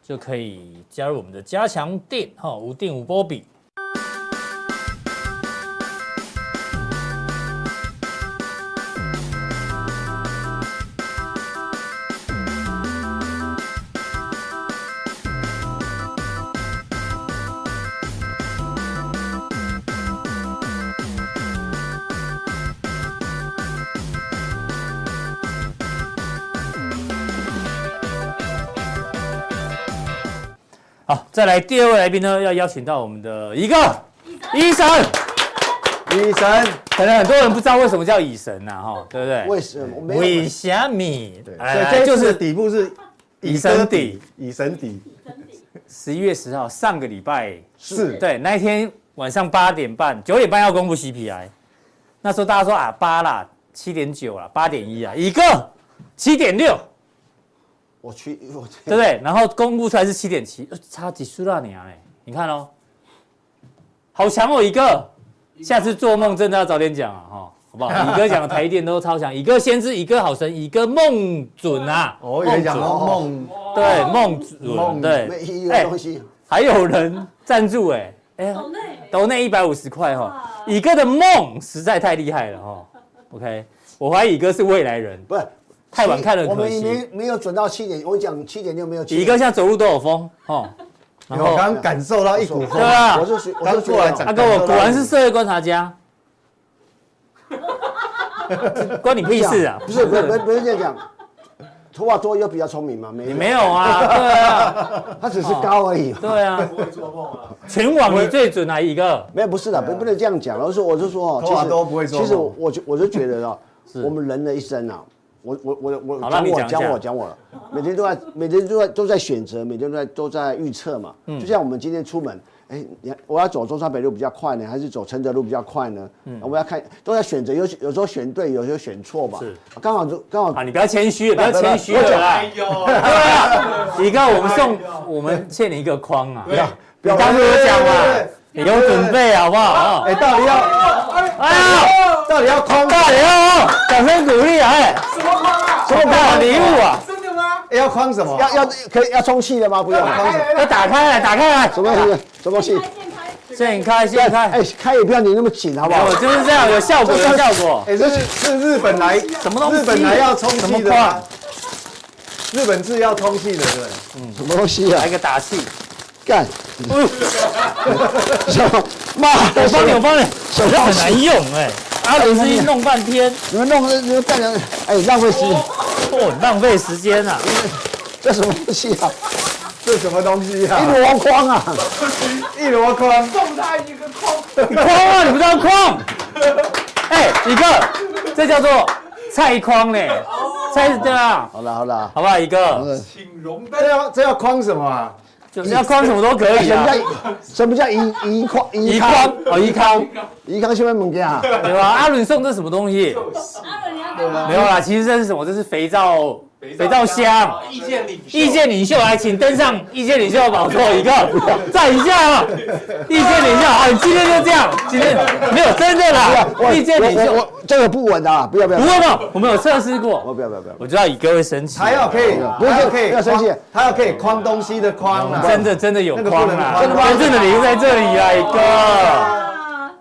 Speaker 2: 就可以加入我们的加强定哈、哦，无定无波比。好，再来第二位来宾呢，要邀请到我们的一个医生，
Speaker 1: 医生，
Speaker 2: 可能很多人不知道为什么叫乙神呐、哈，对不对？
Speaker 3: 为什么没有
Speaker 2: 为？虾米？
Speaker 1: 对，
Speaker 2: 来
Speaker 1: 所以
Speaker 2: 来
Speaker 1: 这一
Speaker 2: 哎就
Speaker 1: 次的
Speaker 2: 是
Speaker 1: 底部是
Speaker 2: 以身底，
Speaker 1: 以身底
Speaker 2: 十一月十号，上个礼拜
Speaker 1: 是，
Speaker 2: 对，那一天晚上八点半、九点半要公布 CPI，那时候大家说啊八啦，七点九啦，八点一啊，一个七点六，
Speaker 3: 我去，我去
Speaker 2: 对不对？然后公布出来是七点七，呃差几数啦你啊嘞？你看哦，好强哦，一个，下次做梦真的要早点讲啊哈、好 不好？乙哥讲的台电都超强，乙哥先知，乙哥好神，乙哥梦准啊，
Speaker 3: 哦
Speaker 1: 我以为哦讲到梦，
Speaker 2: 对梦准，
Speaker 1: 梦
Speaker 2: 对，
Speaker 3: 没意义
Speaker 2: 哎
Speaker 3: 的东西，
Speaker 2: 还有人赞助哎、哎，
Speaker 4: 岛内
Speaker 2: 抖那一百五十块哈
Speaker 4: 哇，
Speaker 2: 乙哥的梦实在太厉害了哈。OK，我怀疑乙哥是未来人，
Speaker 3: 不是
Speaker 2: 太晚看了
Speaker 3: 我
Speaker 2: 可
Speaker 3: 们
Speaker 2: 惜。
Speaker 3: 没没有准到七点，我讲七点六没有七。
Speaker 2: 乙哥现在走路都有风哦，然
Speaker 1: 我
Speaker 2: 后
Speaker 1: 刚刚感受到一股
Speaker 2: 对
Speaker 1: 风，
Speaker 2: 啊
Speaker 3: 我，是学，我
Speaker 1: 刚
Speaker 3: 是
Speaker 1: 过来
Speaker 3: 学
Speaker 1: 讲
Speaker 2: 阿哥我果然是社会观察 家，关你屁事啊！
Speaker 3: 不是，不是，不是，不是这样讲。图瓦多有比较聪明吗？没
Speaker 2: 你
Speaker 3: 有，
Speaker 2: 没有啊，对啊，
Speaker 3: 他只是高而已嘛。
Speaker 2: 对啊，
Speaker 5: 会做梦啊。
Speaker 2: 全网你最准啊，乙哥
Speaker 3: 没有，不是的，不不能这样讲。我是我是说哦，
Speaker 2: 啊
Speaker 1: 头发都不会做
Speaker 3: 其实
Speaker 1: 梦
Speaker 3: 我我就我就 觉得啊，我们人的一生啊，我我我我
Speaker 2: 好
Speaker 3: 讲
Speaker 2: 让你
Speaker 3: 我
Speaker 2: 讲一下
Speaker 3: 讲我讲我了，每天都在每天都在都在选择，每天都在都在预测嘛。
Speaker 2: 嗯
Speaker 3: 就像我们今天出门，哎，你我要走中山北路比较快呢，还是走承德路比较快呢？
Speaker 2: 嗯
Speaker 3: 我要看都在选择，有有时候选对，有时候选错嘛。
Speaker 2: 是，
Speaker 3: 刚好就刚好
Speaker 2: 啊，你不要谦虚，不要谦虚
Speaker 3: 不
Speaker 2: 了啦
Speaker 5: 哎。呦，
Speaker 2: 对啊，乙哥，我们
Speaker 5: 哎
Speaker 2: 送
Speaker 5: 呦
Speaker 2: 我们欠你一个框啊。
Speaker 5: 对，
Speaker 1: 不要
Speaker 2: 你当初有
Speaker 1: 对
Speaker 2: 讲嘛
Speaker 1: 对，
Speaker 2: 你有准备好不好？
Speaker 1: 哎，到底要
Speaker 2: 哎呀，
Speaker 1: 到底要空，
Speaker 2: 大爷哦，掌声鼓励啊！哎，
Speaker 5: 什么梦啊？
Speaker 2: 什么大礼物啊？
Speaker 5: 真的吗？
Speaker 1: 要框什么？
Speaker 3: 要要可以要充气的 吗？不用，
Speaker 1: 要
Speaker 2: 要打开来，打开来，
Speaker 3: 什么东西？什么东西
Speaker 4: 现？开现开，
Speaker 2: 现开现开
Speaker 3: 哎，，开也不要你那么紧，好不好
Speaker 2: 哎我？就是这样，有效果有效果。
Speaker 1: 哎，这是是日本来什
Speaker 2: 么东西
Speaker 1: 日本来要冲
Speaker 2: 什么
Speaker 1: 击的
Speaker 2: 框
Speaker 1: 吗，日本字要通气的，对不对？
Speaker 3: 什么东西啊
Speaker 2: 来？个打气，
Speaker 3: 干！
Speaker 2: 哎
Speaker 3: 什么骂
Speaker 2: 我
Speaker 3: 的
Speaker 2: 帮你，我
Speaker 3: 什么
Speaker 2: 帮你，
Speaker 3: 手
Speaker 2: 手很难用哎，阿伦斯基弄半天，
Speaker 3: 你们弄的你们干两哎浪费时间，
Speaker 2: 哦，很浪费时间啊。
Speaker 3: 这什么东西啊？
Speaker 1: 这什么东西
Speaker 3: 一
Speaker 1: 啊？
Speaker 3: 箩筐啊！
Speaker 1: 一箩筐，
Speaker 4: 送他一个空。
Speaker 2: 你框啊，你不知道框？哎，一个，这叫做菜框嘞，菜对啊，
Speaker 3: 好了好了，
Speaker 2: 好不好？一个，
Speaker 3: 呃
Speaker 4: 请容
Speaker 1: 这
Speaker 4: 灯，
Speaker 1: 要这要框什么啊？
Speaker 2: 就是要框什么都可以
Speaker 3: 什么
Speaker 2: 啊
Speaker 3: 叫。什么叫一一筐
Speaker 2: 一
Speaker 3: 一
Speaker 2: 框
Speaker 3: 筐
Speaker 2: 哦，一框，
Speaker 3: 一筐什么物件啊？
Speaker 2: 对吧？阿伦送这什么东西？
Speaker 5: 阿伦，你要干嘛？
Speaker 2: 没有啦，其实这是什么？这是肥皂，肥皂箱。
Speaker 4: 意见领袖，
Speaker 2: 意见领袖来，请登上意见领袖的宝座一个，站一下啊！意见领袖，啊，你今天就这样，今天没有真的啦，意见领
Speaker 3: 哎我
Speaker 2: 袖，
Speaker 3: 我我这个不稳的啊！不要不要
Speaker 2: 不
Speaker 3: 不要
Speaker 2: 会吧？我们有测试过，
Speaker 3: 不要不要不要！
Speaker 2: 我知道以哥会生气，
Speaker 1: 还要可以，
Speaker 3: 不是
Speaker 1: 还要可以
Speaker 3: 不要生气
Speaker 1: 框，还要可以框东西的框啊！
Speaker 2: 真的真的有框啦，
Speaker 1: 那个不能框
Speaker 2: 真正的理由在这里啊，
Speaker 5: Ờ,
Speaker 2: 一哥，
Speaker 5: 啊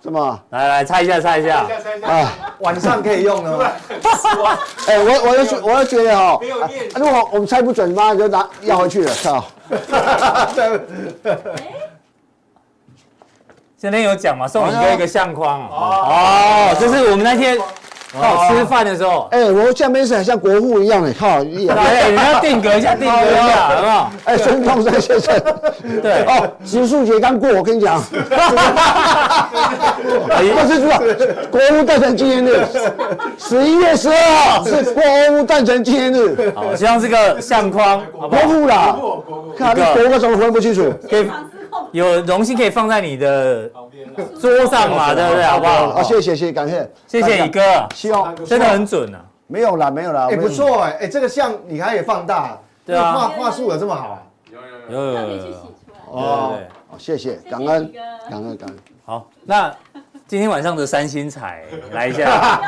Speaker 3: 什么？
Speaker 2: 来来猜一下猜一下，
Speaker 3: 哎
Speaker 1: 晚上可以用的吗？
Speaker 3: 哎，我我就我就觉得哈
Speaker 4: 没，有念
Speaker 3: 啊如果我们猜不准，妈就拿要回去了，操！
Speaker 2: 今天有讲嘛，送你哥一个相框啊，哦，这是我们那天哦吃饭的时候，
Speaker 3: 哎，我下面是很像国父一样的，靠！你也
Speaker 2: 哎，人家定格一下，定格一下，好不好？
Speaker 3: 哎，孙中山先生，
Speaker 2: 对
Speaker 3: 哦，植树节刚过，我跟你讲，
Speaker 2: 哎
Speaker 3: 我是说国务诞辰纪念日，十一月十二号是国务诞辰纪念日，
Speaker 2: 好，希哦望这个相框，好不
Speaker 3: 国
Speaker 2: 好？
Speaker 3: 父啦，
Speaker 4: 我国国
Speaker 3: 看你国父怎么分不清楚？
Speaker 2: 可以
Speaker 5: 场失控，
Speaker 2: 有荣幸可以放在你的
Speaker 4: 旁边了，
Speaker 2: 桌上嘛，对不对？好不
Speaker 3: 啊，
Speaker 2: 好？
Speaker 3: 谢谢谢谢，感谢，
Speaker 2: 谢谢你哥，
Speaker 3: 希望
Speaker 2: 真的很准啊。
Speaker 3: 没有啦没有啦，
Speaker 1: 哎，
Speaker 3: 我
Speaker 1: 不
Speaker 3: 们
Speaker 1: 错哎，哎，这个像你还也放大，
Speaker 2: 对啊
Speaker 1: 那画画术有这么好啊？
Speaker 4: 有有有，
Speaker 2: 有
Speaker 5: 特别去洗出来。
Speaker 2: 哦，呃对对
Speaker 3: 哦谢谢，感
Speaker 5: 谢
Speaker 3: 恩
Speaker 5: 谢你哥
Speaker 3: 感恩感恩，
Speaker 2: 好，那今天晚上的三星彩来一下，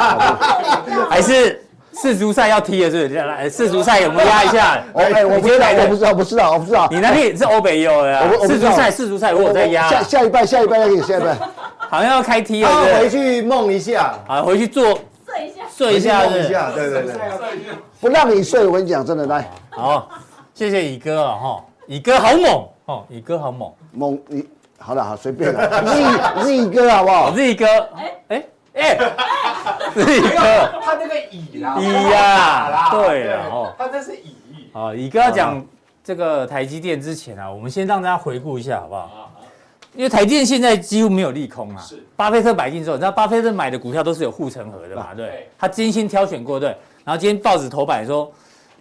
Speaker 2: 还是世足赛要踢了是不是？来世足赛我们压一下。
Speaker 3: 哦哎，我
Speaker 2: 你
Speaker 3: 不
Speaker 2: 今天
Speaker 3: 知道
Speaker 2: 来
Speaker 3: 我不
Speaker 2: 的，
Speaker 3: 知道我不知道我不知道，
Speaker 2: 你那天是欧北有的
Speaker 3: 我不
Speaker 2: 啊
Speaker 3: 我？不
Speaker 2: 世
Speaker 3: 知
Speaker 2: 足
Speaker 3: 道
Speaker 2: 赛世足赛我有在压，
Speaker 3: 下下一拜下一拜再给你下一拜，
Speaker 2: 好像要开踢了
Speaker 1: 他
Speaker 2: 是不
Speaker 1: 啊回
Speaker 2: 是？
Speaker 1: 去梦一下，
Speaker 2: 好，回去坐
Speaker 5: 睡一下。
Speaker 2: 睡一下
Speaker 1: 回去梦一
Speaker 2: 是不是。
Speaker 1: 下，对对对。
Speaker 3: 不让你睡，我跟你讲真的来，
Speaker 2: 好，谢谢乙哥啊哈，乙哥好猛哦，乙哥好猛。
Speaker 3: 猛你好了好随便了，Z Z 哥好不
Speaker 2: 哦
Speaker 3: 好？
Speaker 2: ，Z 哥，哎哎哎，Z 哥，
Speaker 4: 他那个乙啦，
Speaker 2: 乙呀，对
Speaker 4: 对
Speaker 2: 了哦，
Speaker 4: 他那是乙，
Speaker 2: 好，哦乙哥要讲这个台积电之前啊，我们先让大家回顾一下好
Speaker 4: 啊
Speaker 2: 不好？因为台积电现在几乎没有利空啊，
Speaker 4: 是
Speaker 2: 巴菲特买进之后，你知道巴菲特买的股票都是有护城河的嘛，对
Speaker 4: 对，
Speaker 2: 他精心挑选过，对。然后今天报纸头版说，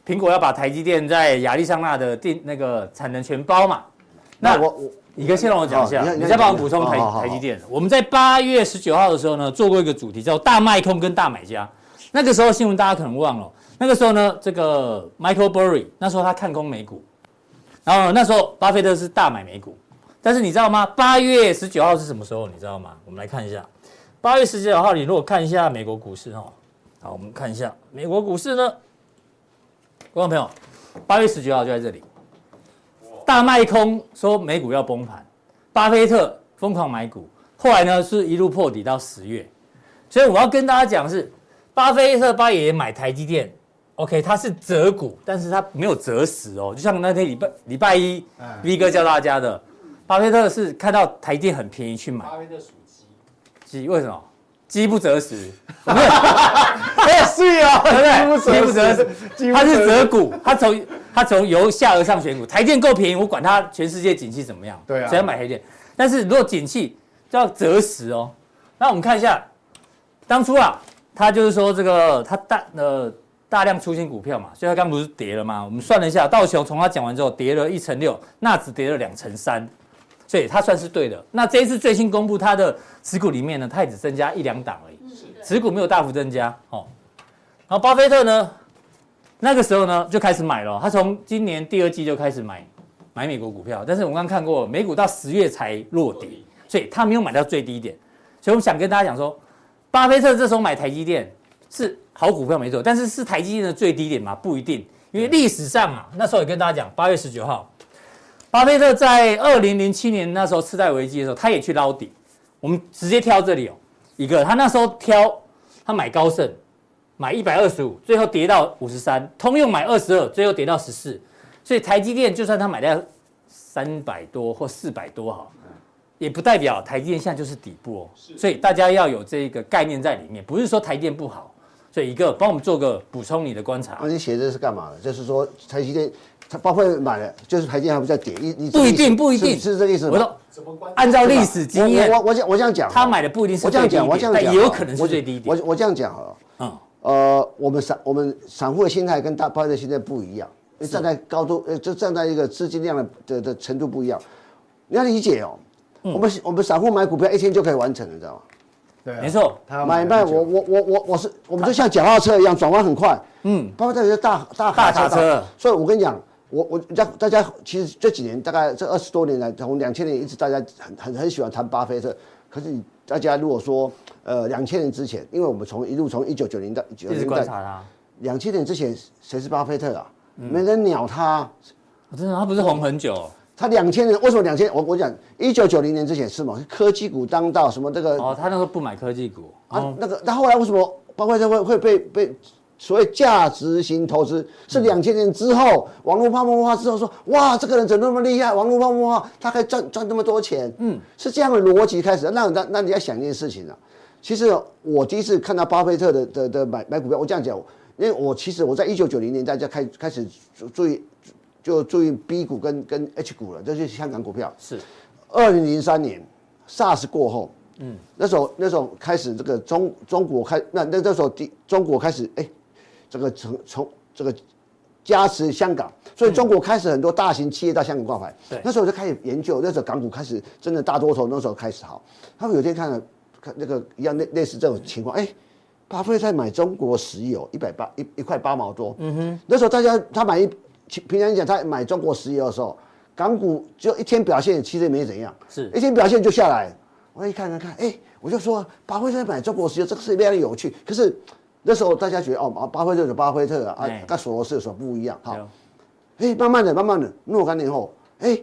Speaker 2: 苹果要把台积电在亚利桑那的电那个产能全包嘛，那
Speaker 3: 我我
Speaker 2: 你跟先让我讲一
Speaker 3: 好
Speaker 2: 下，
Speaker 3: 哦你看
Speaker 2: 你再帮我补充台
Speaker 3: 好好好
Speaker 2: 台积电。我们在八月十九号的时候呢，做过一个主题叫“大卖空跟大买家”。那个时候新闻大家可能忘了，那个时候呢，这个 Michael Burry 那时候他看空美股，然后那时候巴菲特是大买美股。但是你知道吗？八月十九号是什么时候？你知道吗？我们来看一下，八月十九号，你如果看一下美国股市哦，好，我们看一下美国股市呢，观众朋友，八月十九号就在这里，大卖空说美股要崩盘，巴菲特疯狂买股，后来呢是一路破底到十月，所以我要跟大家讲的是，巴菲特巴爷爷买台积电，OK，他是折股，但是他没有折死哦，就像那天礼拜礼拜一
Speaker 1: 哎
Speaker 2: V 哥教大家的，巴菲特是看到台积电很便宜去买
Speaker 4: 巴菲特属鸡，
Speaker 2: 鸡，为什么？饥不择食， 没有，是啊，对不对？饥不择食，
Speaker 1: 饥不
Speaker 2: 它
Speaker 1: 择食
Speaker 2: 是择股，它从它从由下而上选股，台电够便宜，我管它全世界景气怎么样，
Speaker 1: 对啊
Speaker 2: 谁要买台电？但是如果景气就要择时哦。那我们看一下，当初啊，它就是说这个它大呃大量出新股票嘛，所以它刚不是跌了吗？我们算了一下，道琼从它讲完之后跌了一成六，纳指跌了两成三。所以它算是对的。那这一次最新公布它的持股里面呢，它也只增加一两档而已。持股没有大幅增加哦。然后巴菲特呢，那个时候呢就开始买了哦，他从今年第二季就开始买买美国股票，但是我们刚刚看过，美股到十月才落底，所以他没有买到最低点。所以我们想跟大家讲说，巴菲特这时候买台积电是好股票没错，但是是台积电的最低点吗？不一定，因为历史上啊，那时候也跟大家讲，八月十九号，巴菲特在二零零七年那时候次贷危机的时候，他也去捞底。我们直接挑这里哦，一个他那时候挑他买高盛，买一百二十五，最后跌到五十三；通用买二十二，最后跌到十四。所以台积电就算它买在三百多或四百多好，也不代表台积电现在就是底部哦。所以大家要有这个概念在里面，不是说台积电不好。所以一个帮我们做个补充你的观察
Speaker 3: 那、，你写这是干嘛的？就是说台积电，它包括买了，就是台积电还不在跌，一你
Speaker 2: 不一定不一定
Speaker 3: 是是这个意思吗？
Speaker 2: 我说
Speaker 4: 怎么关？
Speaker 2: 按照历
Speaker 3: 是
Speaker 2: 史
Speaker 3: 吧
Speaker 2: 经验
Speaker 3: 我，我我我这样我这样讲，
Speaker 2: 他买的不一定是
Speaker 3: 哦我这
Speaker 2: 最
Speaker 3: 样
Speaker 2: 低
Speaker 3: 讲，我
Speaker 2: 点
Speaker 3: 这样
Speaker 2: 但
Speaker 3: 讲，
Speaker 2: 也有可能是最低点
Speaker 3: 我我这样讲好了，
Speaker 2: 嗯
Speaker 3: 呃，我们散我们散户的心态跟大包的心态不一样，站在高度呃，就站在一个资金量的的的程度不一样，你要理解哦。
Speaker 2: 嗯
Speaker 3: 我们我们散户买股票一天就可以完成，你知道吗？
Speaker 1: 对啊
Speaker 2: 没错
Speaker 1: 他要
Speaker 3: 买卖
Speaker 1: 很久
Speaker 3: 我我我我我是，我们就像脚踏车一样转弯很快，
Speaker 2: 嗯，
Speaker 3: 包括这些大大卡
Speaker 2: 大卡车
Speaker 3: 所以我跟你讲，我我大大家其实这几年大概这二十多年来，从两千年一直大家很很很喜欢谈巴菲特，可是你大家如果说呃两千年之前，因为我们从一路从一九九零到九
Speaker 2: 一直
Speaker 3: 零
Speaker 2: 观
Speaker 3: 代，
Speaker 2: 察嗯它。
Speaker 3: 两千年之前谁是巴菲特啊？没人鸟他。
Speaker 2: 我哦真的，它不是红很久哦，
Speaker 3: 他两千年为什么两千？我我讲一九九零年之前是嘛，科技股当道，什么这个
Speaker 2: 哦，他那时候不买科技股，
Speaker 3: 呃
Speaker 2: 哦
Speaker 3: 啊，那个，他后来为什么包括这会会被被所谓价值型投资是两千年之后网络泡沫化之后说，哇，这个人怎么那么厉害？网络泡沫化，他可以赚赚那么多钱，嗯，是这样的逻辑开始。那那那你要想一件事情啊，其实我第一次看到巴菲特的的的买买股票，我这样讲，因为我其实我在一九九零年代就开开始注注意就注意 B 股跟跟 H 股了，就是香港股票。
Speaker 2: 是
Speaker 3: 二零零三年 SARS 过后，嗯，那时候那时候开始这个中中国开那那那时候第中国开始哎、这个从从这个加持香港，所以中国开始很多大型企业到香港挂牌。
Speaker 2: 对
Speaker 3: 那时候我就开始研究，那时候港股开始真的大多头，那时候开始好。他们有一天看了看那个一样类类似这种情况，哎、巴菲特在买中国石油一百八一一块八毛多，嗯哼，那时候大家他买一其平常讲他买中国石油的时候，港股就一天表现其实也没怎样，
Speaker 2: 是
Speaker 3: 一天表现就下来。我一看看看，哎、我就说巴菲特买中国石油这个是非常有趣，可是那时候大家觉得哦，巴菲特有巴菲特啊，啊
Speaker 2: 哎
Speaker 3: 跟索罗斯有什么不一样？好
Speaker 2: 对，哦
Speaker 3: 哎、慢慢的，慢慢的，若干年后，哎、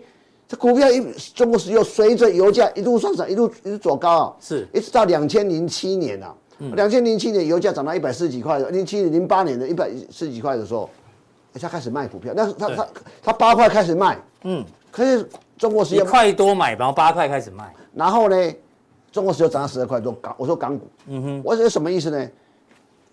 Speaker 3: 这股票一中国石油随着油价一路上涨，一路一路走高啊，
Speaker 2: 是嗯
Speaker 3: 一直到两千零七年啊，两千零七年油价涨到一百四十几块，零七零八年的一百四十几块的时候，哎他开始卖股票，那他
Speaker 2: 对
Speaker 3: 他他八块开始卖，
Speaker 2: 嗯，
Speaker 3: 可是中国石
Speaker 2: 一
Speaker 3: 油，
Speaker 2: 块多买，然后八块开始卖，
Speaker 3: 然后呢，中国石油涨到十二块多港，我说港股，嗯哼，我说什么意思呢？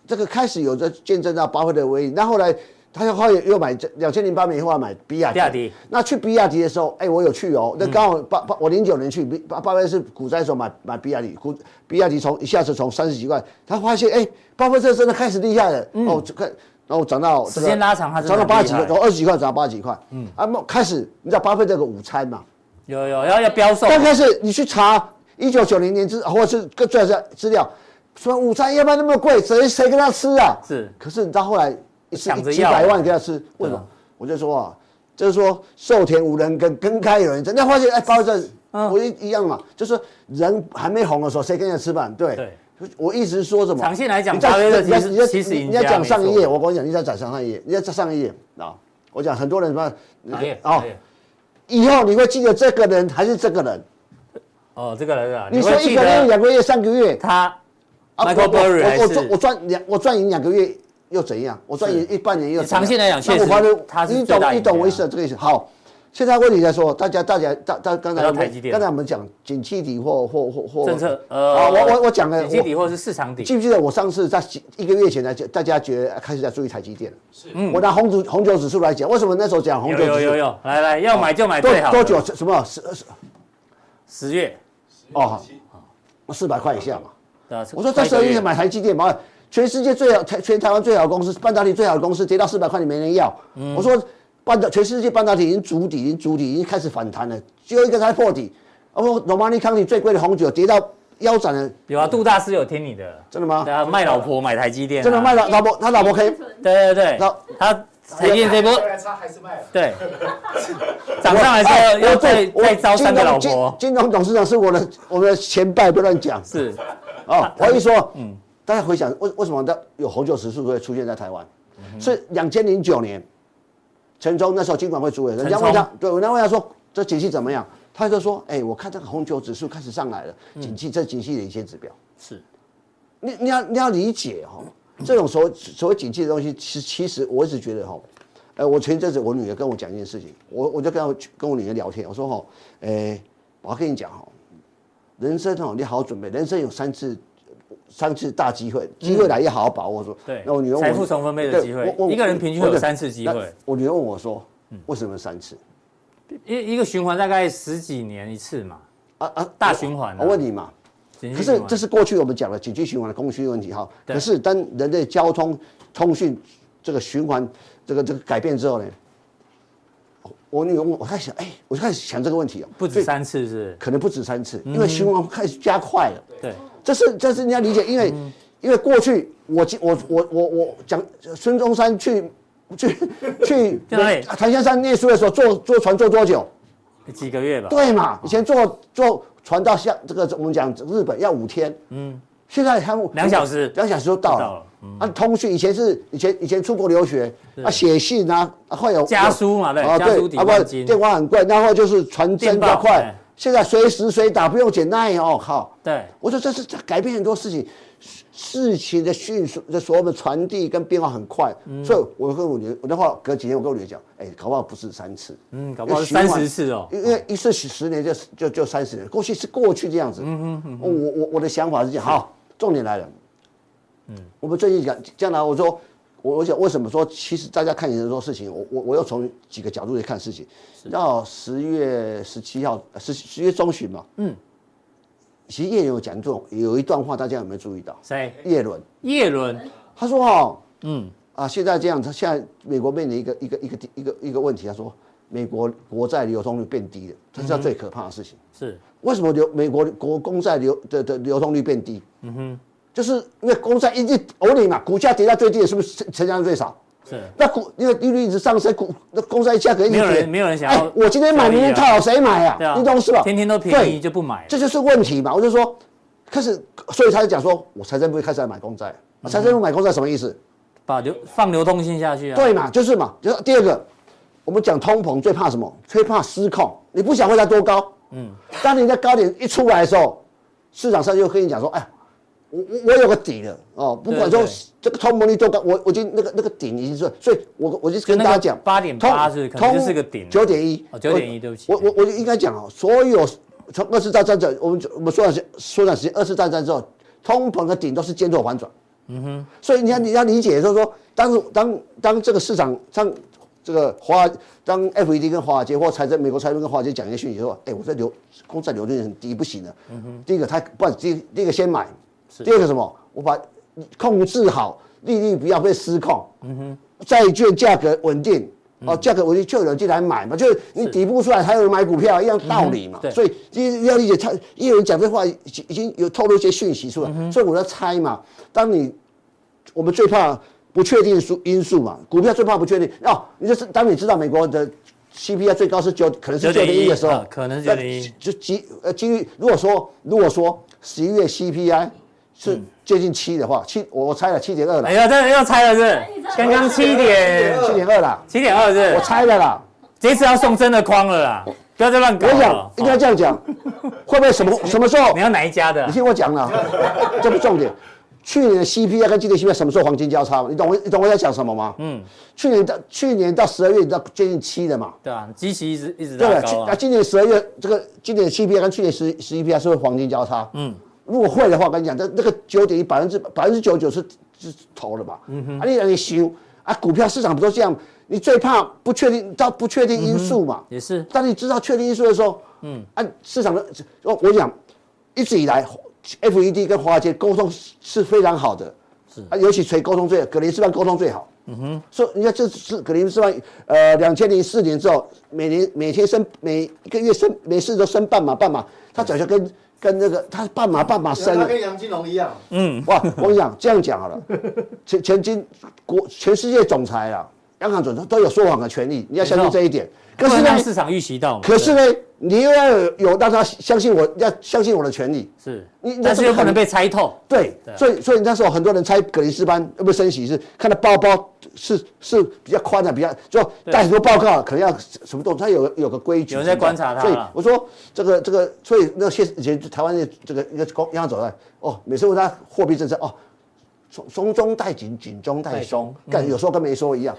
Speaker 3: 这个开始有着见证到巴菲特的威力，那后来他又后来又买两千零八年以后要买比亚迪，
Speaker 2: 比亚迪
Speaker 3: 那去比亚迪的时候，哎、我有去哦，那刚好八八我零九年去，比巴巴菲特是股灾的时候买买比亚迪，股比亚迪从一下子从三十几块，他发现哎、巴菲特真的开始厉害了，哦，这个然后涨到、这
Speaker 2: 嗯时
Speaker 3: 个
Speaker 2: 间拉长他真的
Speaker 3: 涨到八
Speaker 2: 很厉
Speaker 3: 几块，
Speaker 2: 害
Speaker 3: 从二十几块涨到八几块，嗯，啊，开始你知道巴菲特有个午餐嘛，
Speaker 2: 有有要要标售，
Speaker 3: 刚开始你去查一九九零年之，或者是各最好是资料，说午餐要卖那么贵，谁谁跟他吃啊？
Speaker 2: 是
Speaker 3: 可是你到后来一次
Speaker 2: 抢着
Speaker 3: 几
Speaker 2: 要啊嗯
Speaker 3: 百万给他吃，为什么？我就说啊，就是说寿田无人耕，耕开有人争。那发现哎，包括
Speaker 2: 嗯
Speaker 3: 这我一一样嘛，就是人还没红的时候，谁跟人家吃饭？对。
Speaker 2: 对
Speaker 3: 我一直说什么？
Speaker 2: 长线来讲
Speaker 3: 你在
Speaker 2: 巴菲特
Speaker 3: 你在
Speaker 2: 其实
Speaker 3: 你在
Speaker 2: 其实赢
Speaker 3: 你在
Speaker 2: 家
Speaker 3: 讲
Speaker 2: 没
Speaker 3: 上一
Speaker 2: 错
Speaker 3: 页，我跟你讲，你在讲上一页，你在上一页啊。我讲很多人什么
Speaker 2: 哪页？
Speaker 3: 哦
Speaker 2: 哪，页
Speaker 3: 以后你会记得这个人还是这个人？
Speaker 2: 哦，这个来了，
Speaker 3: 你说
Speaker 2: 会
Speaker 3: 一
Speaker 2: 记
Speaker 3: 个月、
Speaker 2: 得
Speaker 3: 两个月、三个月
Speaker 2: 他
Speaker 3: 啊
Speaker 2: Michael
Speaker 3: 我我
Speaker 2: Burry 还
Speaker 3: 我我
Speaker 2: 是
Speaker 3: 赚我赚两我赚赢两个月又怎样？我赚赢一半年又怎样
Speaker 2: 长线来讲确实
Speaker 3: 那我发觉
Speaker 2: 它是
Speaker 3: 你
Speaker 2: 最大啊
Speaker 3: 懂
Speaker 2: 赢
Speaker 3: 你
Speaker 2: 家
Speaker 3: 懂我意思这个意思。好，现在问题来说，大家大家大大刚
Speaker 2: 回
Speaker 3: 才
Speaker 2: 到
Speaker 3: 我们
Speaker 2: 台积电
Speaker 3: 刚才我们讲景气底或或或或
Speaker 2: 政策
Speaker 3: 啊
Speaker 2: 呃，
Speaker 3: 我我我讲了
Speaker 2: 景气
Speaker 3: 我
Speaker 2: 底或是市场底，
Speaker 3: 记不记得我上次在几一个月前来讲，大家觉得开始在注意台积电了？
Speaker 4: 是
Speaker 3: 我拿红酒红酒指数来讲，为什么那时候讲红
Speaker 2: 有
Speaker 3: 酒
Speaker 2: 有
Speaker 3: 指
Speaker 2: 有
Speaker 3: 数？
Speaker 2: 有，来来要买就买最好
Speaker 3: 多
Speaker 2: 的，
Speaker 3: 多久？什么十十
Speaker 2: 十月
Speaker 3: 哦，四百块以下嘛？
Speaker 2: 对啊
Speaker 3: 我说这时候一直买台积电嘛，全世界最好、台全台湾最好的公司，半导体最好的公司跌到四百块，你没人要。
Speaker 2: 嗯
Speaker 3: 我说半导全世界半导体已经筑底，已经筑底，已经开始反弹了，只有一个才破底。哦，罗马尼康体最贵的红酒跌到腰斩了，
Speaker 2: 有啊，杜大师有听你的，
Speaker 3: 真的吗
Speaker 2: 对？啊，卖老婆买台积电啊，
Speaker 3: 真的卖了老婆，他老婆可以
Speaker 2: 对对对
Speaker 3: 那，
Speaker 2: 他台积电这波
Speaker 4: 虽然差还是卖了。
Speaker 2: 对，涨上来之
Speaker 3: 哎
Speaker 2: 后要
Speaker 3: 我
Speaker 2: 再
Speaker 3: 我
Speaker 2: 再招三个老
Speaker 3: 金
Speaker 2: 婆
Speaker 3: 融，金金融董事长是我的我的前辈，不要乱讲。
Speaker 2: 是
Speaker 3: 哦，我一说，嗯，大家回想为为什么它有红酒指数会出现在台湾？是两千零九年，陈冲那时候金管会主委，人家问他
Speaker 2: 陈，
Speaker 3: 对，人家问他说这景气怎么样？他就说，哎、我看这个红酒指数开始上来了，景气这景气的一些指标，
Speaker 2: 是
Speaker 3: 你你要你要理解哦，这种所所谓景气的东西，其其实我一直觉得哈，呃，我前一阵子我女儿跟我讲一件事情，我我就跟她跟我女儿聊天，我说哈，诶、我要跟你讲哈，人生哦，你好好准备，人生有三次。三次大机会，机会来要好好把握。说，
Speaker 2: 嗯对
Speaker 3: 那我女儿问我
Speaker 2: 财富重分配的
Speaker 3: 对
Speaker 2: 机会
Speaker 3: 我我
Speaker 2: 一个人平均
Speaker 3: 我
Speaker 2: 有
Speaker 3: 女儿
Speaker 2: 三次机会
Speaker 3: 那我女儿问我说，为什么三次？
Speaker 2: 一一个循环大概十几年一次嘛，
Speaker 3: 啊啊，
Speaker 2: 大循环啊
Speaker 3: 我问你嘛，
Speaker 2: 景
Speaker 3: 可
Speaker 2: 气
Speaker 3: 是
Speaker 2: 循环
Speaker 3: 这是过去我们讲的景气循环的供需问题哈。
Speaker 2: 对
Speaker 3: 可是当人类交通、通讯这个循环这个这个改变之后呢，我女儿问我我开始想，哎、我就开始想这个问题哦、
Speaker 2: 不
Speaker 3: 所
Speaker 2: 止
Speaker 3: 以
Speaker 2: 三次嗯是
Speaker 3: 可能不止三次，因为循环开始加快了。
Speaker 2: 不是，对，
Speaker 3: 这是这是你要理解，因为、
Speaker 2: 嗯
Speaker 3: 因为过去我记我我我我讲孙中山去去去
Speaker 2: 在哪里
Speaker 3: 檀香山念书的时候坐坐船坐多久？
Speaker 2: 几个月吧，
Speaker 3: 对嘛，以前坐坐船到像这个我们讲日本要五天，
Speaker 2: 嗯，
Speaker 3: 现在他们
Speaker 2: 两小时
Speaker 3: 两小时就到
Speaker 2: 就到了
Speaker 3: 了。啊，通讯以前是以前以前出国留学啊，写信啊，啊会有
Speaker 2: 家书嘛对
Speaker 3: 啊
Speaker 2: 家书
Speaker 3: 对，
Speaker 2: 抵
Speaker 3: 啊不
Speaker 2: 万金
Speaker 3: 电话很贵，然后就是传真
Speaker 2: 电
Speaker 3: 比
Speaker 2: 报
Speaker 3: 较快
Speaker 2: 哎，
Speaker 3: 现在随时随打不用捡那哦靠。
Speaker 2: 对，
Speaker 3: 我说这是这改变很多事情，事事情的迅速，这所谓的传递跟变化很快，
Speaker 2: 嗯
Speaker 3: 所以我跟我女儿，我的话隔几天我跟我女儿讲，哎、搞不好不是三次，
Speaker 2: 嗯搞不好是
Speaker 3: 因为循环
Speaker 2: 30次哦
Speaker 3: 因为因为一次十十年就就就三十年，过去是过去这样子，嗯嗯我我我的想法是这样，好，重点来了，嗯，我们最近讲将来，我说。我我想为什么说，其实大家看很多事情，我我我又从几个角度来看事情。到十月十七号，十十月中旬嘛，其实叶伦有讲这种有一段话，大家有没有注意到？
Speaker 2: 谁？
Speaker 3: 叶伦
Speaker 2: 叶伦，
Speaker 3: 他说哦，
Speaker 2: 嗯，
Speaker 3: 啊，现在这样，他现在美国面临一个一个一个一个一个问题，他说美国国债流通率变低了，这是最可怕的事情。
Speaker 2: 是
Speaker 3: 为什么流美国国公债流的的流通率变低？嗯哼，就是因为公债一直偶尔嘛，股价跌到最低，是不是成成交量最少？
Speaker 2: 是，
Speaker 3: 那股因为利率一直上升，股那公债价格一直
Speaker 2: 没有人
Speaker 3: 跌
Speaker 2: 没有人想要
Speaker 3: 哎我今天买，
Speaker 2: 交易
Speaker 3: 明
Speaker 2: 啊
Speaker 3: 天套，谁买
Speaker 2: 对啊
Speaker 3: 啊？，你懂是吧？
Speaker 2: 天天都便宜
Speaker 3: 对
Speaker 2: 就不买了，
Speaker 3: 这就是问题嘛。我就说，可是所以他就讲说，我财政部开始来买公债，啊财政部买公债什么意思？
Speaker 2: 把流放流动性下去啊，
Speaker 3: 对嘛，就是嘛，就是第二个，我们讲通膨最怕什么？最怕失控。你不想问它多高，嗯，当你在高点一出来的时候，市场上就跟你讲说，哎，我我我有个底了哦，不管
Speaker 2: 对
Speaker 3: 说
Speaker 2: 对
Speaker 3: 这个通膨率多高，我我已经那个那个顶已经是，所以我我就跟大家讲，
Speaker 2: 就那个8.8是可能就是个顶
Speaker 3: 九点一
Speaker 2: 哦，9.1对不起
Speaker 3: 我我我就应该讲哦，所有从二次大战战，我们我们说段说段时间，二次大战之后，通膨的顶都是尖头反转。
Speaker 2: 嗯
Speaker 3: 所以你要你要理解，就是说，当当当这个市场上这个华当 FED 跟华尔街或财政美国财政跟华尔街讲一些讯息说，哎、我这流公债流动率很低，不行了。
Speaker 2: 嗯
Speaker 3: 第一个他不，第一第一个先买，第二个什么，我把控制好利率，不要被失控。债券价格稳定。哦，价格稳定就有人进来买嘛，就是你底部出来，还有人买股票一样道理嘛
Speaker 2: 嗯哼对。
Speaker 3: 所以你要理解他，因为人讲这话已已经有透露一些讯息出来，所以我在猜嘛。当你我们最怕不确定数因素嘛，股票最怕不确定。哦，你就是当你知道美国的 CPI 最高是九，可能是九点
Speaker 2: 9.1
Speaker 3: 一的时候
Speaker 2: 啊，可能是
Speaker 3: 那
Speaker 2: 9.1
Speaker 3: 就几呃几率。如果说如果说十一月 CPI 是
Speaker 2: 嗯
Speaker 3: 接近七的话，七我我猜了七点二了
Speaker 2: 哎，呀，这要猜了是不是，刚刚七点
Speaker 3: 七点二啦，
Speaker 2: 七点二是
Speaker 3: 我
Speaker 2: 不是，
Speaker 3: 猜的啦。
Speaker 2: 这次要送真的框了啦，不要再乱搞
Speaker 3: 我
Speaker 2: 了哦
Speaker 3: 想，应该这样讲，会不会什么什么时候
Speaker 2: 你？要哪一家的啊
Speaker 3: 你？听我讲了，这不重点。去年的 CPI 跟今年 CPI 什么时候黄金交叉嘛？你懂我你懂我在讲什么吗？嗯，去年到去年到十二月，你到接近七的嘛，
Speaker 2: 对啊，基期一直一直
Speaker 3: 对
Speaker 2: 拉
Speaker 3: 不对？去
Speaker 2: 高
Speaker 3: 啊，
Speaker 2: 啊，
Speaker 3: 今年十二月这个今年 CPI 跟去年十十 CPI 是不是黄金交叉？嗯，如果会的话，我跟你讲，这那个九点一百分之百分之九九是是投的嘛？嗯哼，啊，你让你修啊，股票市场不都这样？你最怕不确定到不确定因素嘛？
Speaker 2: 也是
Speaker 3: 当你知道确定因素的时候，嗯，按市场的，我我讲，一直以来，FED 跟华尔街沟通是是非常好的，是啊，尤其谁沟通最好，格林斯潘沟通最好，嗯哼，所以你看这是格林斯潘，呃，两千零四年之后，每年每天升每一个月升每次都升半码半码，他早就跟跟那个他半码半码升
Speaker 1: 他
Speaker 3: 了。
Speaker 1: 跟杨金龙一样，
Speaker 3: 哇，我跟你讲，这样讲好了，全全金国全世界总裁啊，央行总裁都有说谎的权利，你要相信这一点。可
Speaker 2: 不
Speaker 3: 是
Speaker 2: 能
Speaker 3: 呢
Speaker 2: 让，市场预期到嘛。
Speaker 3: 可是呢，你又要有有让他相信我，要相信我的权利。
Speaker 2: 是
Speaker 3: 你，
Speaker 2: 但是又不能
Speaker 3: 很
Speaker 2: 被啊猜透。
Speaker 3: 对，所以所以那时候很多人猜格林斯潘要不升息是看他包包是是比较宽的，比较就带很多报告，可能要什么动作，他有有个规矩。
Speaker 2: 有人在观察他啦
Speaker 3: 所以我说这个这个，所以那些以前台湾的这个一个公央行总裁哦，每次问他货币政策哦，松松中带紧，紧中带松
Speaker 2: 带松，
Speaker 3: 干有时候跟没说 一样，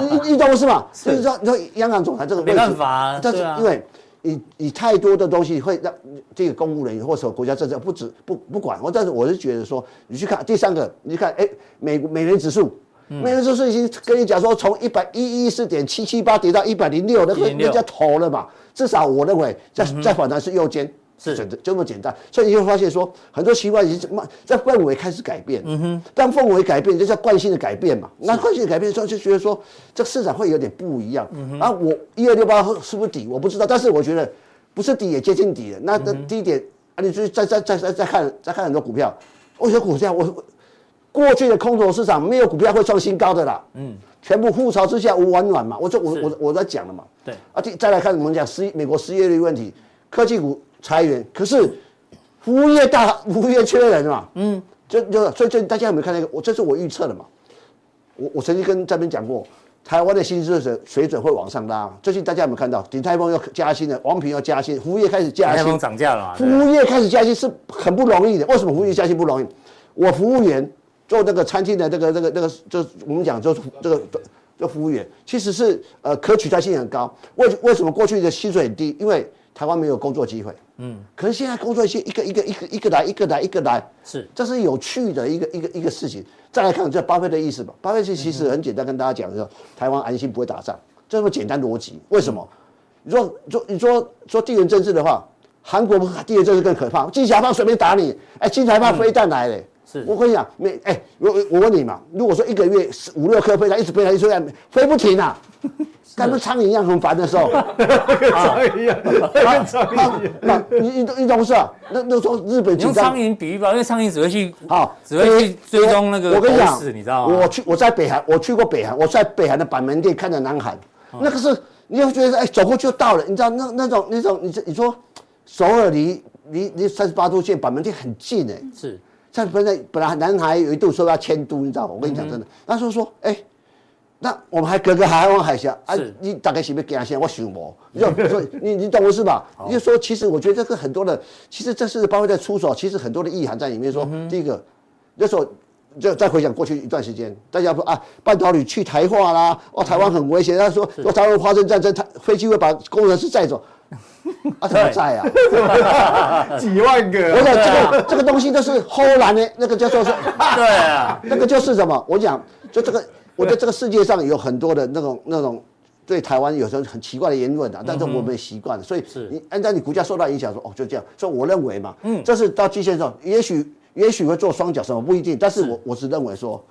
Speaker 3: 你你懂我是吧？所以说，你说央行总裁这个位置
Speaker 2: 没办法啊
Speaker 3: 但是
Speaker 2: 对啊
Speaker 3: 因为。你你太多的东西会让这个公务人员或者国家政策不止不不管，我但是我是觉得说，你去看第三个，你去看哎、美美元指数，美元指数已经跟你讲说从一百一一四点七七八跌到一百零六，那个
Speaker 2: 106
Speaker 3: 人家投了嘛，至少我认为在在反嗯弹是右肩。
Speaker 2: 是
Speaker 3: 整的这么简单，所以你会发现说很多习惯已经慢在氛围开始改变，嗯哼，但氛围改变就叫惯性的改变嘛，那惯性的改变之后就觉得说这个市场会有点不一样，嗯哼，啊，我一二六八是不是底我不知道，但是我觉得不是底也接近底了，那那低点、啊，你就再再再再再看再看很多股票，我有股票我我过去的空头市场没有股票会创新高的啦，嗯，全部覆巢之下无完卵嘛，我这我
Speaker 2: 是
Speaker 3: 我我在讲了嘛，
Speaker 2: 对
Speaker 3: 啊，第再来看我们讲失美国失业率问题，科技股裁员，可是服务业大 服务业缺人嘛，嗯，就就所以这大家有没有看那个？我这是我预测的嘛，我我曾经跟这边讲过，台湾的薪资水水准会往上拉，最近大家有没有看到？鼎泰丰要加薪了，王平要加薪，服务业开始加
Speaker 2: 台
Speaker 3: 薪
Speaker 2: 风，涨价了嘛，
Speaker 3: 服
Speaker 2: 对
Speaker 3: 务业开始加薪是很不容易的。为什么服务业加薪不容易？我服务员做那个餐厅的那个那个那个，就是我们讲就是这个这服务员，其实是呃可取代性很高。为为什么过去的薪水很低？因为台湾没有工作机会。嗯，可是现在工作机会一个一个一个一个来，一个来一个来，
Speaker 2: 是
Speaker 3: 这是有趣的一个一个一个事情。再来看这巴菲特的意思吧，巴菲特其实很简单跟大家讲，说台湾安心不会打仗，这么简单逻辑。为什么？你说你说你说说地缘政治的话，韩国地缘政治更可怕，金小胖随便打你，哎，金小胖飞弹来嘞。
Speaker 2: 嗯是
Speaker 3: 我跟你讲，每哎，我我我问你嘛，如果说一个月十五六颗飞弹，一直飞来一直飞来，飞不停 啊，跟那苍蝇一样很烦的时候，
Speaker 1: 一样，跟苍
Speaker 3: 那那你你懂你懂事啊？那那时候日本
Speaker 2: 你
Speaker 3: 紧
Speaker 2: 用
Speaker 3: 张
Speaker 2: 苍，蝇比喻吧，因为苍蝇只会去
Speaker 3: 好，
Speaker 2: 只会去
Speaker 3: 所以
Speaker 2: 追踪那个
Speaker 3: 我我跟你
Speaker 2: 狗屎
Speaker 3: 讲，
Speaker 2: 你知道吗
Speaker 3: 我去，我在北韩，我去过北韩，我在北韩的板门店看到南韩，
Speaker 2: 哦
Speaker 3: 那个是你会觉得哎，走过去就到了，你知道那那种那种，你这你说首尔离离离三十八度线板门店很近哎、
Speaker 2: 是
Speaker 3: 像本来本来南海有一度说要迁都，你知道吗？我跟你讲真的，那时候说，哎、那我们还隔个海湾海峡啊
Speaker 2: 是，
Speaker 3: 你大概是不是给他先？我想我，你就说你你懂我是吧？你就说，其实我觉得这个很多的，其实这是包括在出手，其实很多的意涵在里面说。第一个，那时候就再回想过去一段时间，大家说啊，半导体去台化啦，哦，台湾很危险。他说说台湾发生战争，他飞机会把工程师载走，啊，怎么载啊？
Speaker 1: 蝇，几万
Speaker 3: 我
Speaker 1: 个，
Speaker 3: 讲这个这个东西都是后来呢，那个叫 做是。
Speaker 2: 对啊，
Speaker 3: 那个就是什么？我讲，就这个，我觉得这个世界上有很多的那种那种对台湾有时候很奇怪的言论啊，但是我们也习惯了，所以
Speaker 2: 嗯是
Speaker 3: 你按照你股价受到影响，说哦就这样，所以我认为嘛，嗯，这是到极限上，也许也许会做双脚什么不一定，但是我我是认为说，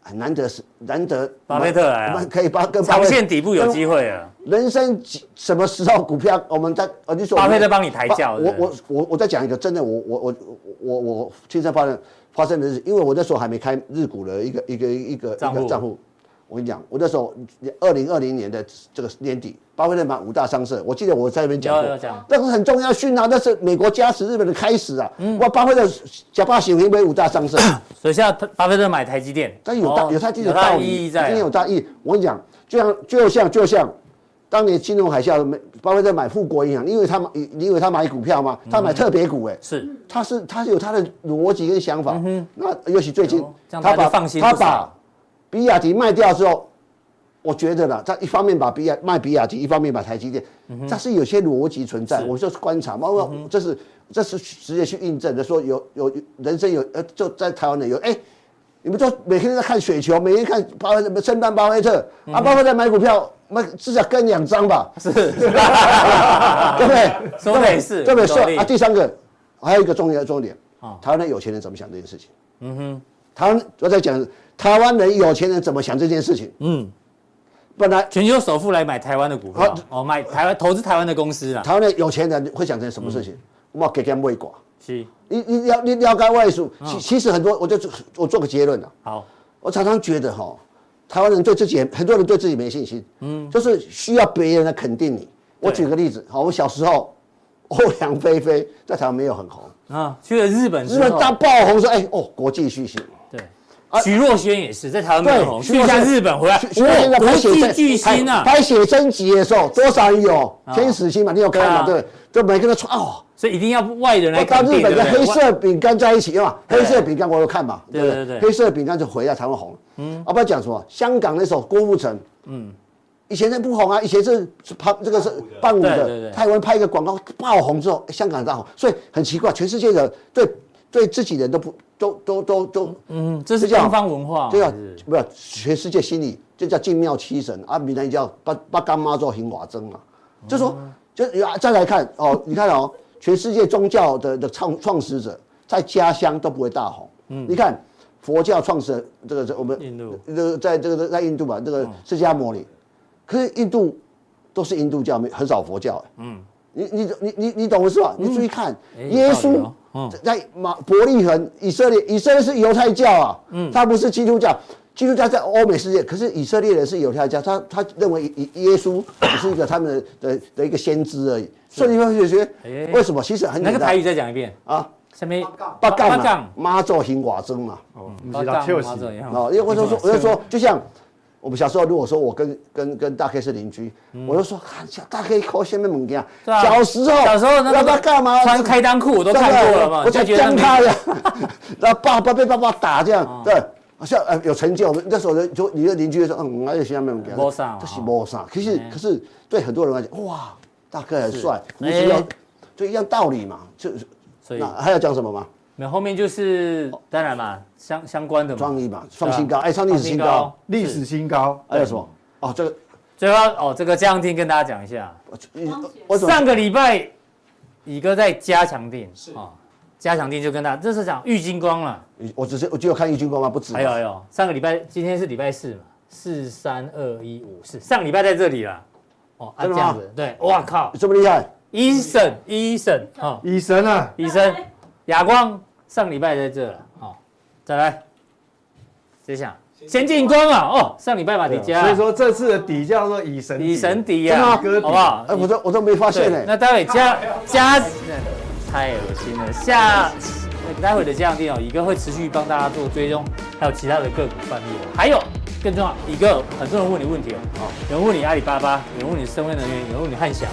Speaker 3: 很难得是难得
Speaker 2: 巴菲特来了
Speaker 3: 我们可以巴跟巴
Speaker 2: 长
Speaker 3: 菲特
Speaker 2: 线底部有机会啊了，
Speaker 3: 人生几什么时候股票？我们在呃，你说
Speaker 2: 巴菲特帮你抬轿
Speaker 3: 我
Speaker 2: 对不
Speaker 3: 我我我再讲一个，真的，我我我我我我亲身发生发生的事，因为我那时候还没开日股的一个一个一个
Speaker 2: 账
Speaker 3: 一
Speaker 2: 户
Speaker 3: 个账户。我跟你讲，我那时候二零二零年的这个年底，巴菲特买五大商社，我记得我在那边讲
Speaker 2: 有
Speaker 3: 过
Speaker 2: 有，讲
Speaker 3: 那个是很重要讯号，那是美国加持日本的开始啊！
Speaker 2: 嗯
Speaker 3: 哇，巴菲特假巴行为为五大商社。
Speaker 2: 所以现在巴菲特买台积电，
Speaker 3: 但有大、
Speaker 2: 哦
Speaker 3: 有它自己的
Speaker 2: 有它
Speaker 3: 道
Speaker 2: 的
Speaker 3: 理，
Speaker 2: 意义在
Speaker 3: 一定有
Speaker 2: 啊，
Speaker 3: 大意义。我跟你讲，就像就像就像当年金融海啸，美巴菲特买富国银行，因为他买你你以为他买股票吗？他
Speaker 2: 嗯
Speaker 3: 买特别股哎、
Speaker 2: 是
Speaker 3: 他是他是有他的逻辑跟想法。那尤其最近
Speaker 2: 嗯哦，这样
Speaker 3: 他
Speaker 2: 大家
Speaker 3: 把
Speaker 2: 就放心
Speaker 3: 他
Speaker 2: 不少
Speaker 3: 把比亚迪卖掉之后，我觉得啦，他一方面把比亚卖比亚迪，一方面把台积电，它是有些逻辑存在。
Speaker 2: 嗯是嗯
Speaker 3: 我就是观察，包括这是这是直接去印证的，说有有人生有呃，就在台湾的有哎。你们都每天都在看雪球，每天看巴菲特、圣诞巴菲特、啊，巴菲特买股票，那至少跟两张吧，
Speaker 2: 嗯是，啊
Speaker 3: 对不对？
Speaker 2: 说得也是
Speaker 3: 特别
Speaker 2: 有道理
Speaker 3: 是啊，第三个还有一个重要重点
Speaker 2: 啊，
Speaker 3: 台湾的有钱人怎么想这件事情？嗯哼，台湾我在讲台湾人有钱人怎么想这件事情。
Speaker 2: 嗯，
Speaker 3: 本来
Speaker 2: 全球首富来买台湾的股票
Speaker 3: 好，
Speaker 2: 哦，买台湾投资台湾的公司啊，
Speaker 3: 台湾的有钱人会想成什么
Speaker 2: 嗯
Speaker 3: 事情？我给他们喂寡，
Speaker 2: 是
Speaker 3: 你你了你了解外
Speaker 2: 啊
Speaker 3: 属，其其实很多，我就做我做个结论啊，
Speaker 2: 好，
Speaker 3: 我常常觉得哈，台湾人对自己也很多人对自己没信心，嗯，就是需要别人来肯定你。我
Speaker 2: 对
Speaker 3: 举个例子，好，我小时候欧阳菲菲在台湾没有很红，
Speaker 2: 啊，去了日本之
Speaker 3: 日
Speaker 2: 后，
Speaker 3: 本大爆红说，哎哦，国际巨星。
Speaker 2: 对，徐若瑄也是在台湾没有红，去
Speaker 3: 徐
Speaker 2: 一
Speaker 3: 若
Speaker 2: 下
Speaker 3: 瑄
Speaker 2: 日本回来，
Speaker 3: 所以现在
Speaker 2: 哇，哦国
Speaker 3: 拍写
Speaker 2: 际
Speaker 3: 真
Speaker 2: 巨星啊，
Speaker 3: 拍拍写真集的时候，多少人有
Speaker 2: 啊
Speaker 3: 天使星嘛？你有看到
Speaker 2: 看啊
Speaker 3: 吗？对，就每个人穿哦，
Speaker 2: 所以一定要外人来
Speaker 3: 我到
Speaker 2: 看
Speaker 3: 日
Speaker 2: 病，
Speaker 3: 本
Speaker 2: 对
Speaker 3: 跟
Speaker 2: 不
Speaker 3: 黑
Speaker 2: 对？
Speaker 3: 色饼干在一起嘛，
Speaker 2: 对
Speaker 3: 黑色饼干我有看嘛，
Speaker 2: 对
Speaker 3: 不
Speaker 2: 对对
Speaker 3: 黑色饼干就回来才会红。嗯，啊，不要讲什么香港那首郭富城，嗯，以前那不红啊，以前是是拍这个是伴舞
Speaker 2: 对对对
Speaker 3: 的，台湾拍一个广告爆红之后，哎香港大红，所以很奇怪，全世界的对对自己人都不都都都都，
Speaker 2: 嗯，这是
Speaker 3: 这样
Speaker 2: 东方文化，
Speaker 3: 对啊
Speaker 2: 还是，
Speaker 3: 不是全世界心里这叫精妙七神啊，闽南语叫八八干妈做行瓦蒸啊，就说就啊再来看哦，你看哦，全世界宗教的的创创始者在家乡都不会大红，你看佛教创始人这个这我们
Speaker 2: 印度
Speaker 3: 这个在这个在印度吧，这个释迦牟尼，可是印度都是印度教，没很少佛教，嗯。你你你你你懂我是吧？你注意看，
Speaker 2: 哎有
Speaker 3: 耶
Speaker 2: 道理
Speaker 3: 稣
Speaker 2: 哦嗯
Speaker 3: 在马伯利恒，以色列，以色列是犹太教啊，
Speaker 2: 嗯
Speaker 3: 他不是基督教，基督教在欧美世界，可是以色列人是犹太教，他他认为耶耶稣只是一个他们的的的一个先知而已，所以你会觉得
Speaker 2: 哎
Speaker 3: 为什么？其实很
Speaker 2: 那
Speaker 3: 简
Speaker 2: 个台
Speaker 3: 单
Speaker 2: 语再讲一遍，
Speaker 3: 啊，
Speaker 2: 下面
Speaker 3: 八杠
Speaker 2: 八
Speaker 3: 嘛
Speaker 2: 杠，，
Speaker 3: 妈做行寡争嘛，
Speaker 1: 哦，
Speaker 2: 八
Speaker 1: 不
Speaker 2: 杠，
Speaker 1: 笑
Speaker 2: 妈
Speaker 1: 死
Speaker 2: 祖一样
Speaker 3: 哦，因为我就说，我就说，就像我们小时候，如果说我跟跟跟大 K 是邻居，我就说，看小大 K 抠下面猛给啊，
Speaker 2: 对嗯啊
Speaker 3: 小时候，
Speaker 2: 小时候那
Speaker 3: 那他干嘛？
Speaker 2: 穿开裆裤我都
Speaker 3: 对不
Speaker 2: 看
Speaker 3: 对
Speaker 2: 过了嘛，
Speaker 3: 我
Speaker 2: 就
Speaker 3: 才
Speaker 2: 觉得啊
Speaker 3: 将
Speaker 2: 没
Speaker 3: 他呀， 然后爸爸被爸爸打这样，对。好像呃有成就，我们那时候就就你的邻居就说，嗯，那有些没有给，
Speaker 2: 没啥嘛
Speaker 3: 这是没啥。可是
Speaker 2: 哎
Speaker 3: 可是对很多人来讲，哇，大哥很帅，
Speaker 2: 是
Speaker 3: 胡须要
Speaker 2: 哎
Speaker 3: 就一样道理嘛，就是
Speaker 2: 所以
Speaker 3: 那还要讲什么吗？
Speaker 2: 没有后面就是当然嘛，相相关的嘛啊
Speaker 3: 创，意嘛，创新高，哎，创历史新
Speaker 2: 哦
Speaker 3: 高，，
Speaker 1: 历史新高，
Speaker 3: 还有什么？哦，这个
Speaker 2: 最后哦，这个嘉阳定跟大家讲一下，
Speaker 3: 我怎么
Speaker 2: 上个礼拜乙哥在加强定
Speaker 4: 是
Speaker 2: 啊，加强定就跟大家这是讲郁金光了，哎
Speaker 3: 我只是我只有看易军光吗？不止。
Speaker 2: 还有还有上个礼拜今天是礼拜四嘛，四三二一五四，上礼拜在这里了，哦，啊
Speaker 3: 真
Speaker 2: 这
Speaker 3: 的吗
Speaker 2: 样子，对，哇靠，
Speaker 3: 这么厉害，哎
Speaker 2: 医生医生哦，
Speaker 1: 医生啊，
Speaker 2: 医生哑光上礼拜在这了，哦，再来，接下来先进光啊，哦，上礼拜把你加，
Speaker 1: 啊所以说这次的底叫做以神
Speaker 2: 以神
Speaker 1: 底，
Speaker 2: 底呀、
Speaker 1: 真的
Speaker 2: 啊，
Speaker 1: 吗哥底
Speaker 2: 好不好？
Speaker 3: 哎，我都我都没发
Speaker 2: 对，
Speaker 3: 现呢。
Speaker 2: 那待会加加，太恶心了。下待会的这样电哦，乙哥会持续帮大家做追踪，还有其他的个股范例哦。还有更重要，乙哥很多人问你问题哦，有人问你阿里巴巴，有人问你深威能源，有人问你汉翔，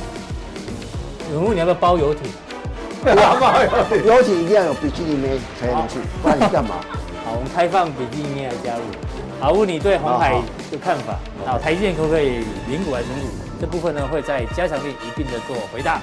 Speaker 2: 有人问你要不要包游艇。
Speaker 3: 游艇一定要有比基尼妹才能去，不然你干嘛？
Speaker 2: 好，我们开放比基尼来加入。好，问你对红海的看法，好，台积电可不可以零股还是整股？这部分呢会在加强力一并的做回答。